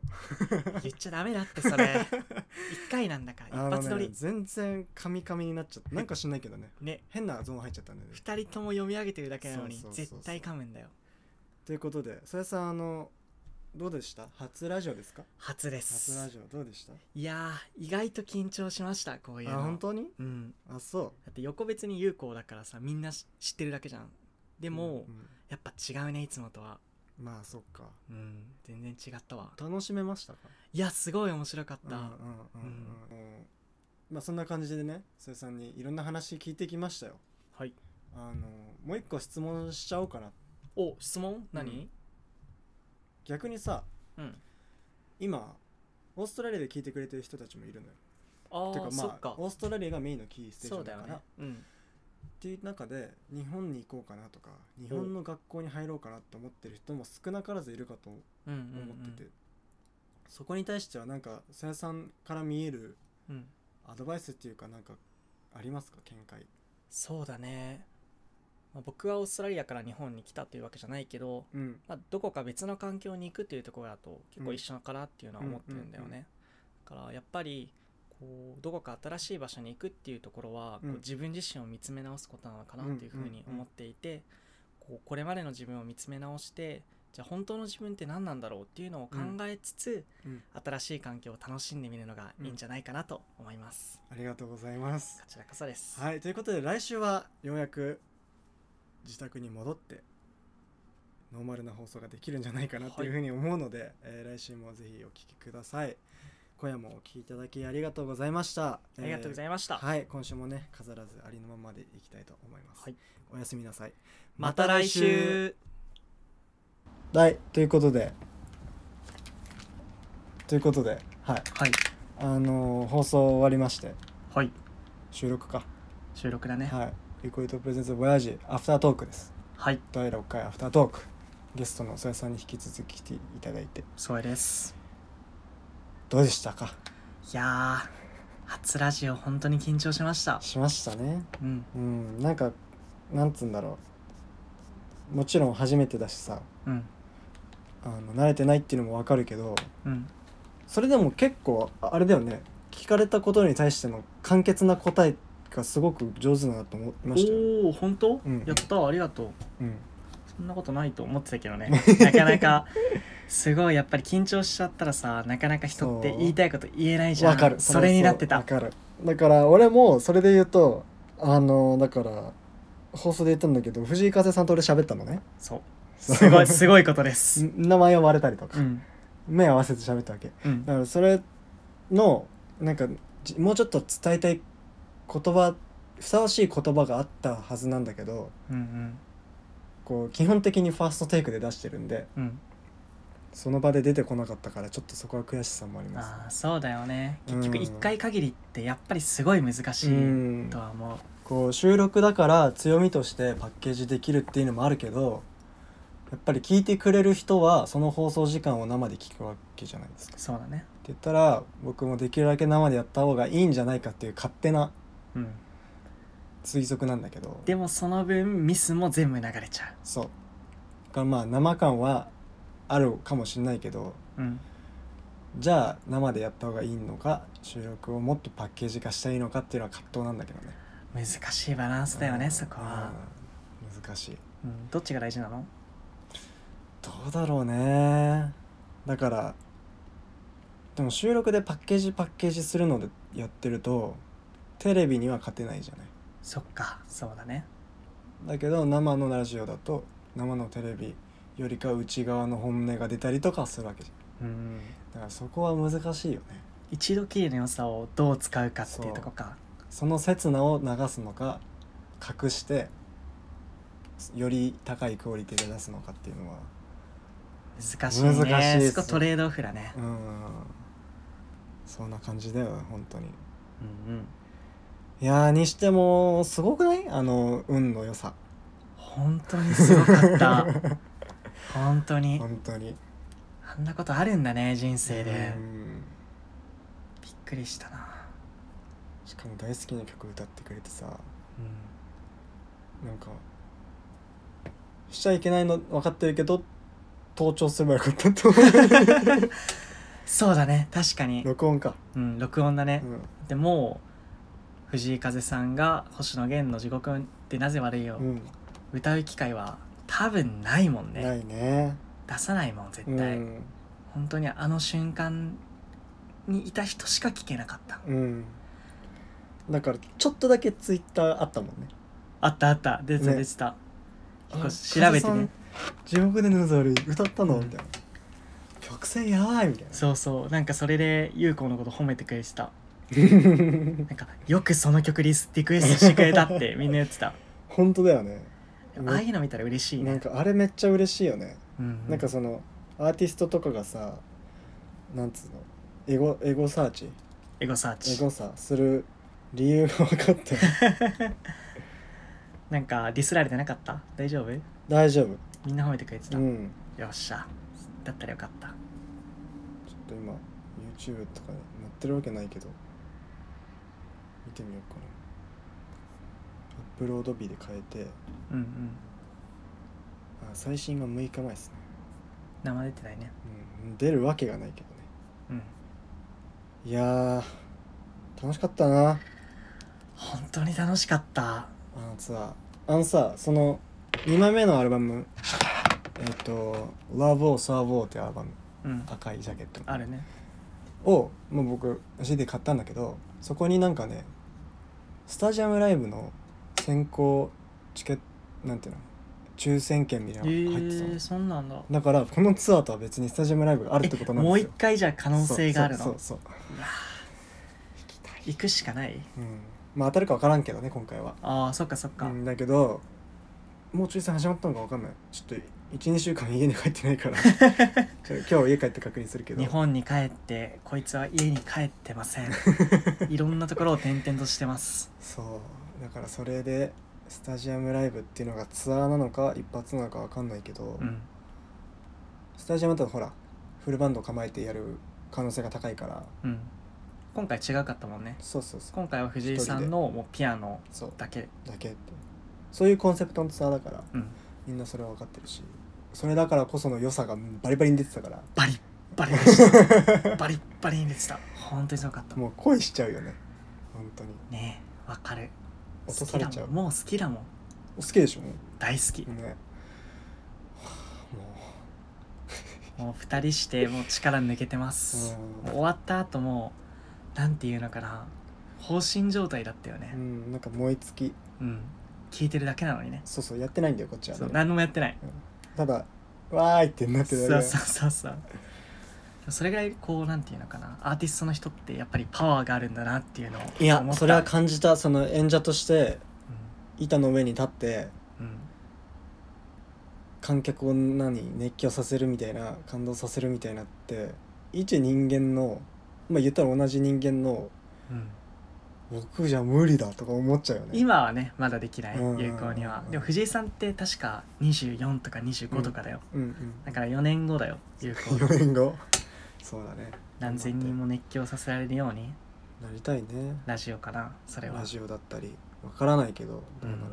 [SPEAKER 1] 言っちゃダメだってそ れ一回なんだから
[SPEAKER 2] あ
[SPEAKER 1] 一
[SPEAKER 2] の
[SPEAKER 1] 発撮
[SPEAKER 2] ね
[SPEAKER 1] り
[SPEAKER 2] 全然カミカミになっちゃってなんかしないけどね
[SPEAKER 1] ね
[SPEAKER 2] 変なゾーン入っちゃったんでね
[SPEAKER 1] 二人とも読み上げてるだけなのに
[SPEAKER 2] そうそうそう
[SPEAKER 1] 絶
[SPEAKER 2] そう
[SPEAKER 1] 対噛むんだよ
[SPEAKER 2] ということでそやさんあのどうでした初ラジオですか
[SPEAKER 1] 初で
[SPEAKER 2] 初ラ
[SPEAKER 1] す
[SPEAKER 2] ジオどうでした
[SPEAKER 1] いやー意外と緊張しましたこういう
[SPEAKER 2] あ
[SPEAKER 1] の
[SPEAKER 2] 本当に
[SPEAKER 1] うん
[SPEAKER 2] あそ
[SPEAKER 1] だって横別に有効だからさみんなし知ってるだけじゃんで
[SPEAKER 2] う
[SPEAKER 1] も、
[SPEAKER 2] うん
[SPEAKER 1] やっぱ違うねいつもとは
[SPEAKER 2] まあそっか
[SPEAKER 1] うん全然違ったわ
[SPEAKER 2] 楽しめましたか
[SPEAKER 1] いやすごい面白かった、
[SPEAKER 2] うんうんうんうんうんまあそんな感じでねそやさんにいろんな話聞いてきましたよ
[SPEAKER 1] はい
[SPEAKER 2] あのもう一個質問しちゃおうかな
[SPEAKER 1] お質問何
[SPEAKER 2] 逆にさ
[SPEAKER 1] うん、
[SPEAKER 2] 今オーストラリアで聞いてくれてる人たちもいるのよ。
[SPEAKER 1] あー
[SPEAKER 2] てか
[SPEAKER 1] そ
[SPEAKER 2] ま
[SPEAKER 1] っ
[SPEAKER 2] あ
[SPEAKER 1] か
[SPEAKER 2] オーストラリアがメインのキーステーシ
[SPEAKER 1] そ
[SPEAKER 2] ョ
[SPEAKER 1] う
[SPEAKER 2] ン
[SPEAKER 1] だ
[SPEAKER 2] だ
[SPEAKER 1] よ
[SPEAKER 2] か
[SPEAKER 1] ね
[SPEAKER 2] らっ
[SPEAKER 1] うん
[SPEAKER 2] ていう中で日本に行こうかなとか日本の学校に入ろうかなって思ってる人も少なからずいるかと思
[SPEAKER 1] うんうん
[SPEAKER 2] ってて、
[SPEAKER 1] うん
[SPEAKER 2] そこに対してはなんかさやさんから見える
[SPEAKER 1] うん
[SPEAKER 2] アドバイスっていうかなんかありますか見解
[SPEAKER 1] そうだね、まあ、僕はオーストラリアから日本に来たというわけじゃないけど、
[SPEAKER 2] うん
[SPEAKER 1] まあ、どこか別の環境に行くっていうところだと結構
[SPEAKER 2] うん
[SPEAKER 1] 一緒かなっていうのは思ってるんだよ
[SPEAKER 2] うんうんうん
[SPEAKER 1] ね。だからやっぱりこうどこか新しい場所に行くっていうところはこ
[SPEAKER 2] う
[SPEAKER 1] うん自分自身を見つめ直すことなのかなっていうふうに
[SPEAKER 2] うんうんうん
[SPEAKER 1] 思っていてこうこれまでの自分を見つめ直してじゃあ本当の自分って何なんだろうっていうのを考えつつ
[SPEAKER 2] うん
[SPEAKER 1] 新しい環境を楽しんでみるのがいいんじゃないかなと思います。
[SPEAKER 2] ありがとうございます
[SPEAKER 1] こちらこそです。
[SPEAKER 2] はいということで来週はようやく自宅に戻ってノーマルな放送ができるんじゃないかなというふうに思うので、えー来週もぜひお聞きください今夜もお聞きいただきありがとうございました
[SPEAKER 1] ありがとうござ
[SPEAKER 2] い
[SPEAKER 1] いました。
[SPEAKER 2] はい今週もね飾らずありのままでいきたいと思います、
[SPEAKER 1] はい
[SPEAKER 2] おやすみなさい
[SPEAKER 1] また来週
[SPEAKER 2] はいということでということではい
[SPEAKER 1] はい。
[SPEAKER 2] あのー放送終わりまして
[SPEAKER 1] はい。
[SPEAKER 2] 収録か
[SPEAKER 1] 収録だね。
[SPEAKER 2] はい「ゆこいとプレゼンツボヤージアフタートーク」です
[SPEAKER 1] はい。
[SPEAKER 2] 第6回アフタートークゲストの曽谷さんに引き続き来ていただいて
[SPEAKER 1] そうです。
[SPEAKER 2] どうでしたか
[SPEAKER 1] いやー、初ラジオ本当に緊張しました。
[SPEAKER 2] しましたね
[SPEAKER 1] うん。
[SPEAKER 2] うんなんかなんつうんだろうもちろん初めてだしさ
[SPEAKER 1] うん。
[SPEAKER 2] あの慣れてないっていうのもわかるけど
[SPEAKER 1] うん。
[SPEAKER 2] それでも結構ああれだよね聞かれたことに対しての簡潔な答えがすごく上手だなと思いましたよ、
[SPEAKER 1] おー、本当、
[SPEAKER 2] うん
[SPEAKER 1] やったーありがとう。
[SPEAKER 2] うん、
[SPEAKER 1] そんなことないと思ってたけど ね。なかなか、すごい、やっぱり緊張しちゃったらさ、なかなか人って
[SPEAKER 2] そう
[SPEAKER 1] 言いたいこと言えないじゃん。
[SPEAKER 2] わかる
[SPEAKER 1] それになってた。
[SPEAKER 2] わかるだから俺もそれで言うとあのだから放送で言ったんだけど藤井風さんと俺喋ったのね
[SPEAKER 1] そう。すごい、すごいことです。
[SPEAKER 2] ん名前呼ばれたりとか、
[SPEAKER 1] うん。
[SPEAKER 2] 目合わせて喋ったわけ
[SPEAKER 1] うん
[SPEAKER 2] だ。からそれのなんかじもうちょっと伝えたい言葉ふさわしい言葉があったはずなんだけど
[SPEAKER 1] うん。
[SPEAKER 2] こう基本的にファーストテイクで出してるんで
[SPEAKER 1] うん。
[SPEAKER 2] その場で出てこなかったからちょっとそこは悔しさもあります
[SPEAKER 1] ああそうだよね
[SPEAKER 2] うん
[SPEAKER 1] 結局1回限りってやっぱりすごい難しい
[SPEAKER 2] ん
[SPEAKER 1] とは思う
[SPEAKER 2] こう収録だから強みとしてパッケージできるっていうのもあるけどやっぱり聞いてくれる人はその放送時間を生で聞くわけじゃないですかって
[SPEAKER 1] そうだね
[SPEAKER 2] 言ったら僕もできるだけ生でやった方がいいんじゃないかっていう勝手な
[SPEAKER 1] うん
[SPEAKER 2] 推測なんだけど
[SPEAKER 1] でもその分ミスも全部流れちゃ
[SPEAKER 2] そうだからまあ生感はあるかもしれないけど
[SPEAKER 1] ううん
[SPEAKER 2] じゃあ生でやった方がいいのか収録をもっとパッケージ化したらいいのかっていうのは葛藤なんだけどね
[SPEAKER 1] 難しいバランスだよ
[SPEAKER 2] う
[SPEAKER 1] ね
[SPEAKER 2] ん
[SPEAKER 1] そこは、
[SPEAKER 2] うん難しい
[SPEAKER 1] うん、どっちが大事なの
[SPEAKER 2] どうだろうねだからでも収録でパッケージパッケージするのでやってるとテレビには勝てないじゃない
[SPEAKER 1] そっかそうだね
[SPEAKER 2] だけど生のラジオだと生のテレビよりか内側の本音が出たりとかするわけじゃ
[SPEAKER 1] うん
[SPEAKER 2] んだからそこは難しいよね
[SPEAKER 1] 一度きりの良さをどう使うかっていうとこか
[SPEAKER 2] その刹那を流すのか隠してより高いクオリティで出すのかっていうのは
[SPEAKER 1] 難しいね
[SPEAKER 2] 難しいっす
[SPEAKER 1] そこトレードオフだね
[SPEAKER 2] う、んそんな感じだよ本当に
[SPEAKER 1] うんうん、
[SPEAKER 2] いやーにしてもすごくないあの運の良さ
[SPEAKER 1] 本当にすごかった 本当に
[SPEAKER 2] 本当に
[SPEAKER 1] あんなことあるんだね人生で
[SPEAKER 2] うん
[SPEAKER 1] びっくりしたな、
[SPEAKER 2] しかも大好きな曲歌ってくれてさ
[SPEAKER 1] うん、
[SPEAKER 2] なんかしちゃいけないの分かってるけど盗聴すればよかったと思う
[SPEAKER 1] そうだね確かに、
[SPEAKER 2] 録音か、
[SPEAKER 1] うん、録音だね
[SPEAKER 2] う、ん
[SPEAKER 1] でもう藤井風さんが星野源の「地獄ってなぜ悪いよ」
[SPEAKER 2] うん
[SPEAKER 1] 歌う機会は多分ないもん
[SPEAKER 2] な
[SPEAKER 1] ね
[SPEAKER 2] いね
[SPEAKER 1] 出さないもん絶
[SPEAKER 2] う
[SPEAKER 1] 対、
[SPEAKER 2] ん、
[SPEAKER 1] 本当にあの瞬間にいた人しか聞けなかった
[SPEAKER 2] うん、だからちょっとだけツイッターあったもんね
[SPEAKER 1] あったあった出てた
[SPEAKER 2] ね
[SPEAKER 1] 出てた、結
[SPEAKER 2] あ
[SPEAKER 1] 構調べて
[SPEAKER 2] 風さ
[SPEAKER 1] ね
[SPEAKER 2] ん地獄でヌズル歌ったの
[SPEAKER 1] うん
[SPEAKER 2] みたいな曲線やばいみたいな
[SPEAKER 1] そうそうなんかそれで優子のこと褒めてくれてた
[SPEAKER 2] う
[SPEAKER 1] なんかよくその曲リスリクエストしてくれた ってみんな言ってた
[SPEAKER 2] 本当だよね
[SPEAKER 1] ああいうの見たら嬉しいね
[SPEAKER 2] なんかあれめっちゃ嬉しいよね、
[SPEAKER 1] うう
[SPEAKER 2] なんかそのアーティストとかがさなんつうのエゴエゴサーチ
[SPEAKER 1] エゴサー
[SPEAKER 2] エ
[SPEAKER 1] チ
[SPEAKER 2] ゴサする理由が分かった
[SPEAKER 1] なんかディスられてなかった大丈夫
[SPEAKER 2] 大丈夫
[SPEAKER 1] みんな褒めてくれてた、
[SPEAKER 2] う
[SPEAKER 1] よ
[SPEAKER 2] ん
[SPEAKER 1] っしゃだったらよかった
[SPEAKER 2] ちょっと今 YouTube とかに載ってるわけないけど見てみようかなアップロード日で変えて
[SPEAKER 1] うんうん
[SPEAKER 2] あ最新が6日前ですね、
[SPEAKER 1] 生出てないね
[SPEAKER 2] うん、出るわけがないけどね
[SPEAKER 1] うん
[SPEAKER 2] いやー楽しかったな
[SPEAKER 1] 本当に楽しかった
[SPEAKER 2] あのさあのさその2枚目のアルバムえっ、と「Love or Serve or っていうアルバム
[SPEAKER 1] うん
[SPEAKER 2] 赤いジャケットの
[SPEAKER 1] あるね
[SPEAKER 2] をもう僕 CD 買ったんだけどそこになんかねスタジアムライブの先行チケットなんていうの抽選券みたい
[SPEAKER 1] え
[SPEAKER 2] なのが入ってたの、
[SPEAKER 1] ー、そんなんだ
[SPEAKER 2] だからこのツアーとは別にスタジアムライブがあるってことなんです
[SPEAKER 1] も
[SPEAKER 2] よ
[SPEAKER 1] う一回じゃあ可能性があるの
[SPEAKER 2] そうそうそう
[SPEAKER 1] 行くしかない
[SPEAKER 2] そう、うん、まあ当たるか分からんけどね今回は
[SPEAKER 1] あーそっかそっか、
[SPEAKER 2] うん、だけどもう抽選始まったのか分かんないちょっと12週間家に帰ってな いからちょ今日家帰って確認するけど
[SPEAKER 1] 日本に帰ってこいつは家に帰ってま せんいろんなところを転々としてます
[SPEAKER 2] そうだからそれでスタジアムライブっていうのがツアーなのか一発なのか分かんないけど、
[SPEAKER 1] うん
[SPEAKER 2] スタジアムだとほらフルバンド構えてやる可能性が高いから
[SPEAKER 1] うん今回違うかったもんね
[SPEAKER 2] そうそうそう
[SPEAKER 1] 今回は藤井さんのもうピアノ
[SPEAKER 2] そうだ
[SPEAKER 1] だけ
[SPEAKER 2] けってそういうコンセプトのツアーだから
[SPEAKER 1] うん
[SPEAKER 2] みんなそれは分かってるしそれだからこその良さがバリバリに出てた から
[SPEAKER 1] バリッバリで した。バリッバリに出てた。本当にすごかった。
[SPEAKER 2] もう恋しちゃうよね本当に
[SPEAKER 1] ねえ、わかる。
[SPEAKER 2] 落とされちゃう
[SPEAKER 1] 好きだもんもう好きだもん。
[SPEAKER 2] お好きでしょ
[SPEAKER 1] 大好き。
[SPEAKER 2] ね
[SPEAKER 1] もう二人して、もう力抜けてます。
[SPEAKER 2] うん
[SPEAKER 1] もう終わった後も、なんていうのかな。放心状態だったよ
[SPEAKER 2] う
[SPEAKER 1] ね。
[SPEAKER 2] んなんか燃え尽き
[SPEAKER 1] うん。聞いてるだけなのにね。
[SPEAKER 2] そうそうやってないんだよこっちは、
[SPEAKER 1] そう、
[SPEAKER 2] ね、
[SPEAKER 1] 何もやってない。
[SPEAKER 2] ただわーいってなって
[SPEAKER 1] そうそう
[SPEAKER 2] るだけ
[SPEAKER 1] そうそう。それぐらいこうなんていうのかなアーティストの人ってやっぱりパワーがあるんだなっていうのを思った
[SPEAKER 2] いやそれは感じたその演者として板の上に立って
[SPEAKER 1] うんうん
[SPEAKER 2] 観客を何熱狂させるみたいな感動させるみたいなって一人間のまあ言ったら同じ人間の
[SPEAKER 1] うん
[SPEAKER 2] 僕じゃ無理だとか思っちゃうよね
[SPEAKER 1] 今はねまだできない
[SPEAKER 2] うん
[SPEAKER 1] 有効には
[SPEAKER 2] うん
[SPEAKER 1] でも藤井さんって確か24とか25とかだよ、
[SPEAKER 2] うんうん
[SPEAKER 1] だから4年後だよ有効
[SPEAKER 2] 4年後そうだね
[SPEAKER 1] 何千人も熱狂させられるように
[SPEAKER 2] なりたいね
[SPEAKER 1] ラジオかなそれは
[SPEAKER 2] ラジオだったりわからないけどどうなるのか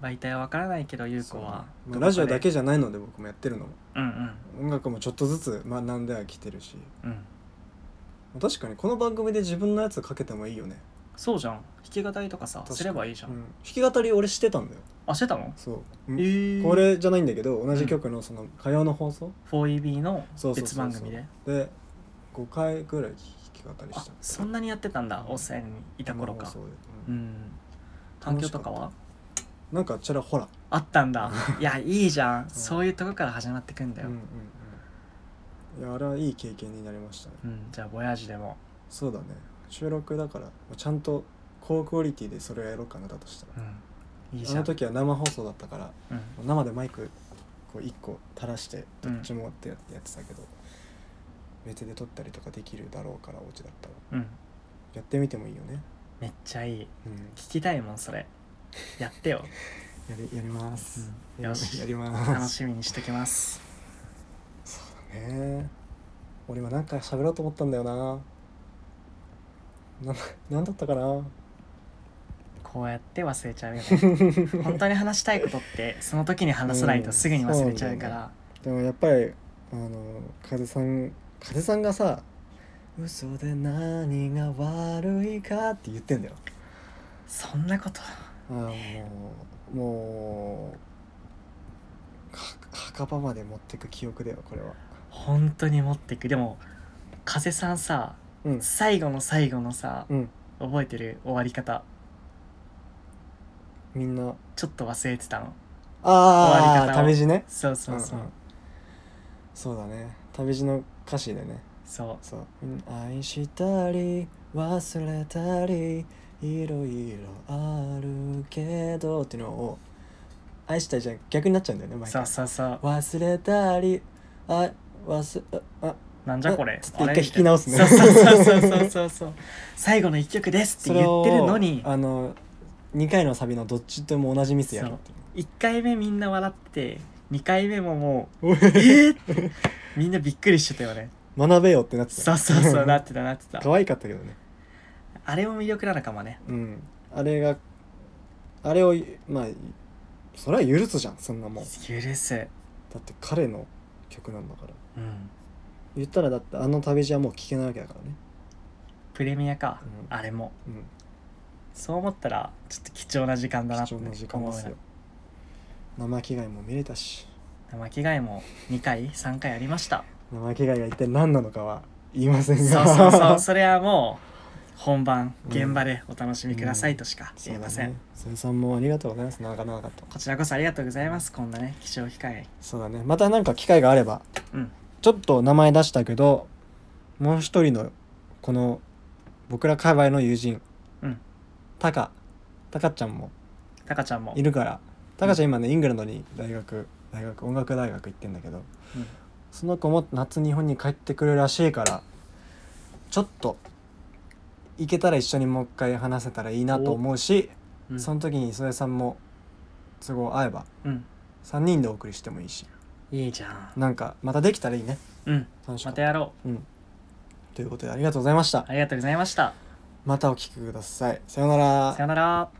[SPEAKER 2] は
[SPEAKER 1] 媒体は分からないけど有効は
[SPEAKER 2] そうまあ
[SPEAKER 1] どこかで
[SPEAKER 2] ラジオだけじゃないので僕もやってるの
[SPEAKER 1] うんうん
[SPEAKER 2] 音楽もちょっとずつ学んではきてるし
[SPEAKER 1] うん
[SPEAKER 2] 確かにこの番組で自分のやつかけてもいいよね
[SPEAKER 1] そうじゃん弾き語りとかさ
[SPEAKER 2] 確かに
[SPEAKER 1] すればいいじゃん、
[SPEAKER 2] うん、弾き語り俺してたんだよ
[SPEAKER 1] あしてたの
[SPEAKER 2] そ
[SPEAKER 1] え
[SPEAKER 2] う、
[SPEAKER 1] ー、
[SPEAKER 2] これじゃないんだけど同じ曲のその歌謡の放送
[SPEAKER 1] 4EB の
[SPEAKER 2] そうそうそう
[SPEAKER 1] 別
[SPEAKER 2] そう
[SPEAKER 1] 番組で
[SPEAKER 2] で5回ぐらい弾き語り
[SPEAKER 1] あ
[SPEAKER 2] した
[SPEAKER 1] そんなにやってたんだオーストラリアにいた頃か
[SPEAKER 2] 生放送で
[SPEAKER 1] う
[SPEAKER 2] うん
[SPEAKER 1] ん反響とかは
[SPEAKER 2] なんかちらほら
[SPEAKER 1] あったん だいやいいじゃん、そういうとこから始まってくんだよ、
[SPEAKER 2] うん
[SPEAKER 1] う
[SPEAKER 2] うん
[SPEAKER 1] ん
[SPEAKER 2] うんいやあれはいい経験になりましたね
[SPEAKER 1] じゃあボヤージュでも、
[SPEAKER 2] そうだね収録だからちゃんと高クオリティでそれをやろうかなだとしたら
[SPEAKER 1] うん、いい
[SPEAKER 2] あ
[SPEAKER 1] じゃ
[SPEAKER 2] の
[SPEAKER 1] ん、
[SPEAKER 2] 時は生放送だったから
[SPEAKER 1] うん、
[SPEAKER 2] 生でマイクこう1個垂らして
[SPEAKER 1] う
[SPEAKER 2] ど
[SPEAKER 1] ん
[SPEAKER 2] っちもってやってやってたけど、別で撮ったりとかできるだろうからお家だったら
[SPEAKER 1] うん、
[SPEAKER 2] やってみてもいいよね、
[SPEAKER 1] めっちゃいい
[SPEAKER 2] うん、
[SPEAKER 1] 聞きたいもんそれやって よ
[SPEAKER 2] やりやります、
[SPEAKER 1] うん
[SPEAKER 2] や
[SPEAKER 1] よし
[SPEAKER 2] やりま
[SPEAKER 1] 楽
[SPEAKER 2] す
[SPEAKER 1] しみにしてきます
[SPEAKER 2] ね俺はなんか喋ろうと思ったんだよなななんだったかな
[SPEAKER 1] こうやって忘れちゃうよね 本当に話したいことってその時に話さないとすぐに忘れちゃうから、
[SPEAKER 2] でもやっぱりあの風さん風さんがさ「嘘で何が悪いか」って言ってんだよ
[SPEAKER 1] そんなこと
[SPEAKER 2] あーもうもうか墓場まで持ってく記憶だよこれは
[SPEAKER 1] 本当に持ってくでも風さんさ
[SPEAKER 2] うん
[SPEAKER 1] 最後の最後のさ
[SPEAKER 2] うん
[SPEAKER 1] 覚えてる終わり方
[SPEAKER 2] みんな
[SPEAKER 1] ちょっと忘れてたの
[SPEAKER 2] ああ
[SPEAKER 1] 終わり方を
[SPEAKER 2] 旅路ね
[SPEAKER 1] そうそうそう、
[SPEAKER 2] んんそうだね旅路の歌詞でね
[SPEAKER 1] そう
[SPEAKER 2] そううん愛したり忘れたりいろいろあるけどっていうのを愛したりじゃ逆になっちゃうんだよね毎
[SPEAKER 1] そ
[SPEAKER 2] 回
[SPEAKER 1] うそうそう
[SPEAKER 2] 忘れたりあ忘ああ
[SPEAKER 1] なんじゃこれ
[SPEAKER 2] えちょっと一
[SPEAKER 1] あ
[SPEAKER 2] 回
[SPEAKER 1] れ
[SPEAKER 2] 引き直すね
[SPEAKER 1] そうそうそうそうそうそうそう最後の一曲です
[SPEAKER 2] そ
[SPEAKER 1] って
[SPEAKER 2] れ
[SPEAKER 1] 言
[SPEAKER 2] を
[SPEAKER 1] ってるのに
[SPEAKER 2] あの2回のサビのどっちとも同じミスやるっていう
[SPEAKER 1] 1回目みんな笑ってて2回目もも
[SPEAKER 2] おいう
[SPEAKER 1] えっ、って みんなびっくりしてたよね
[SPEAKER 2] 学べよってなって
[SPEAKER 1] そ
[SPEAKER 2] た
[SPEAKER 1] うそう そうなってたなってた
[SPEAKER 2] 可愛かったけどね
[SPEAKER 1] あれも魅力なのかもね
[SPEAKER 2] うんあれがあれをまあそれは許すじゃんそんなもんだ
[SPEAKER 1] 許す
[SPEAKER 2] って彼の曲なんだから
[SPEAKER 1] うん
[SPEAKER 2] 言ったらだってあの旅路はもう聴けないわけだからね
[SPEAKER 1] プレミアか、
[SPEAKER 2] うん
[SPEAKER 1] あれも
[SPEAKER 2] うん
[SPEAKER 1] そう思ったらちょっと貴重な時間だなって
[SPEAKER 2] 貴重
[SPEAKER 1] 思う
[SPEAKER 2] な時間ですよ
[SPEAKER 1] よ
[SPEAKER 2] 生着替えも見れたし
[SPEAKER 1] 生着替えも2回3回ありました
[SPEAKER 2] 生着替えが一体何なのかは言いません
[SPEAKER 1] そ
[SPEAKER 2] が
[SPEAKER 1] うそう そうそれはもう本番
[SPEAKER 2] うん
[SPEAKER 1] 現場でお楽しみくださいとしか
[SPEAKER 2] そう
[SPEAKER 1] 言え
[SPEAKER 2] だ
[SPEAKER 1] ません、
[SPEAKER 2] ね瀬さんもありがとうございます長か長かった
[SPEAKER 1] こちらこそありがとうございますこんなね貴重機会
[SPEAKER 2] そうだねまたなんか機会があれば、
[SPEAKER 1] うん
[SPEAKER 2] ちょっと名前出したけどもう一人のこの僕ら界隈の友人
[SPEAKER 1] うん
[SPEAKER 2] タカタカちゃんも
[SPEAKER 1] タカちゃんも
[SPEAKER 2] いるからタカちゃん今ね、イングランドに大学大学音楽大学行ってんだけど、
[SPEAKER 1] うん
[SPEAKER 2] その子も夏日本に帰ってくるらしいからちょっと行けたら一緒にもう一回話せたらいいなと思うし、
[SPEAKER 1] うん
[SPEAKER 2] その時に磯江さんも都合合えば
[SPEAKER 1] うん
[SPEAKER 2] 3人でお送りしてもいいし
[SPEAKER 1] いいじゃん
[SPEAKER 2] なんかまたできたらいいね
[SPEAKER 1] うん
[SPEAKER 2] 楽しか
[SPEAKER 1] ま
[SPEAKER 2] った
[SPEAKER 1] やろう
[SPEAKER 2] うん、ということでありがとうございました
[SPEAKER 1] ありがとうございました
[SPEAKER 2] またお聞きくださいさようなら
[SPEAKER 1] さよなら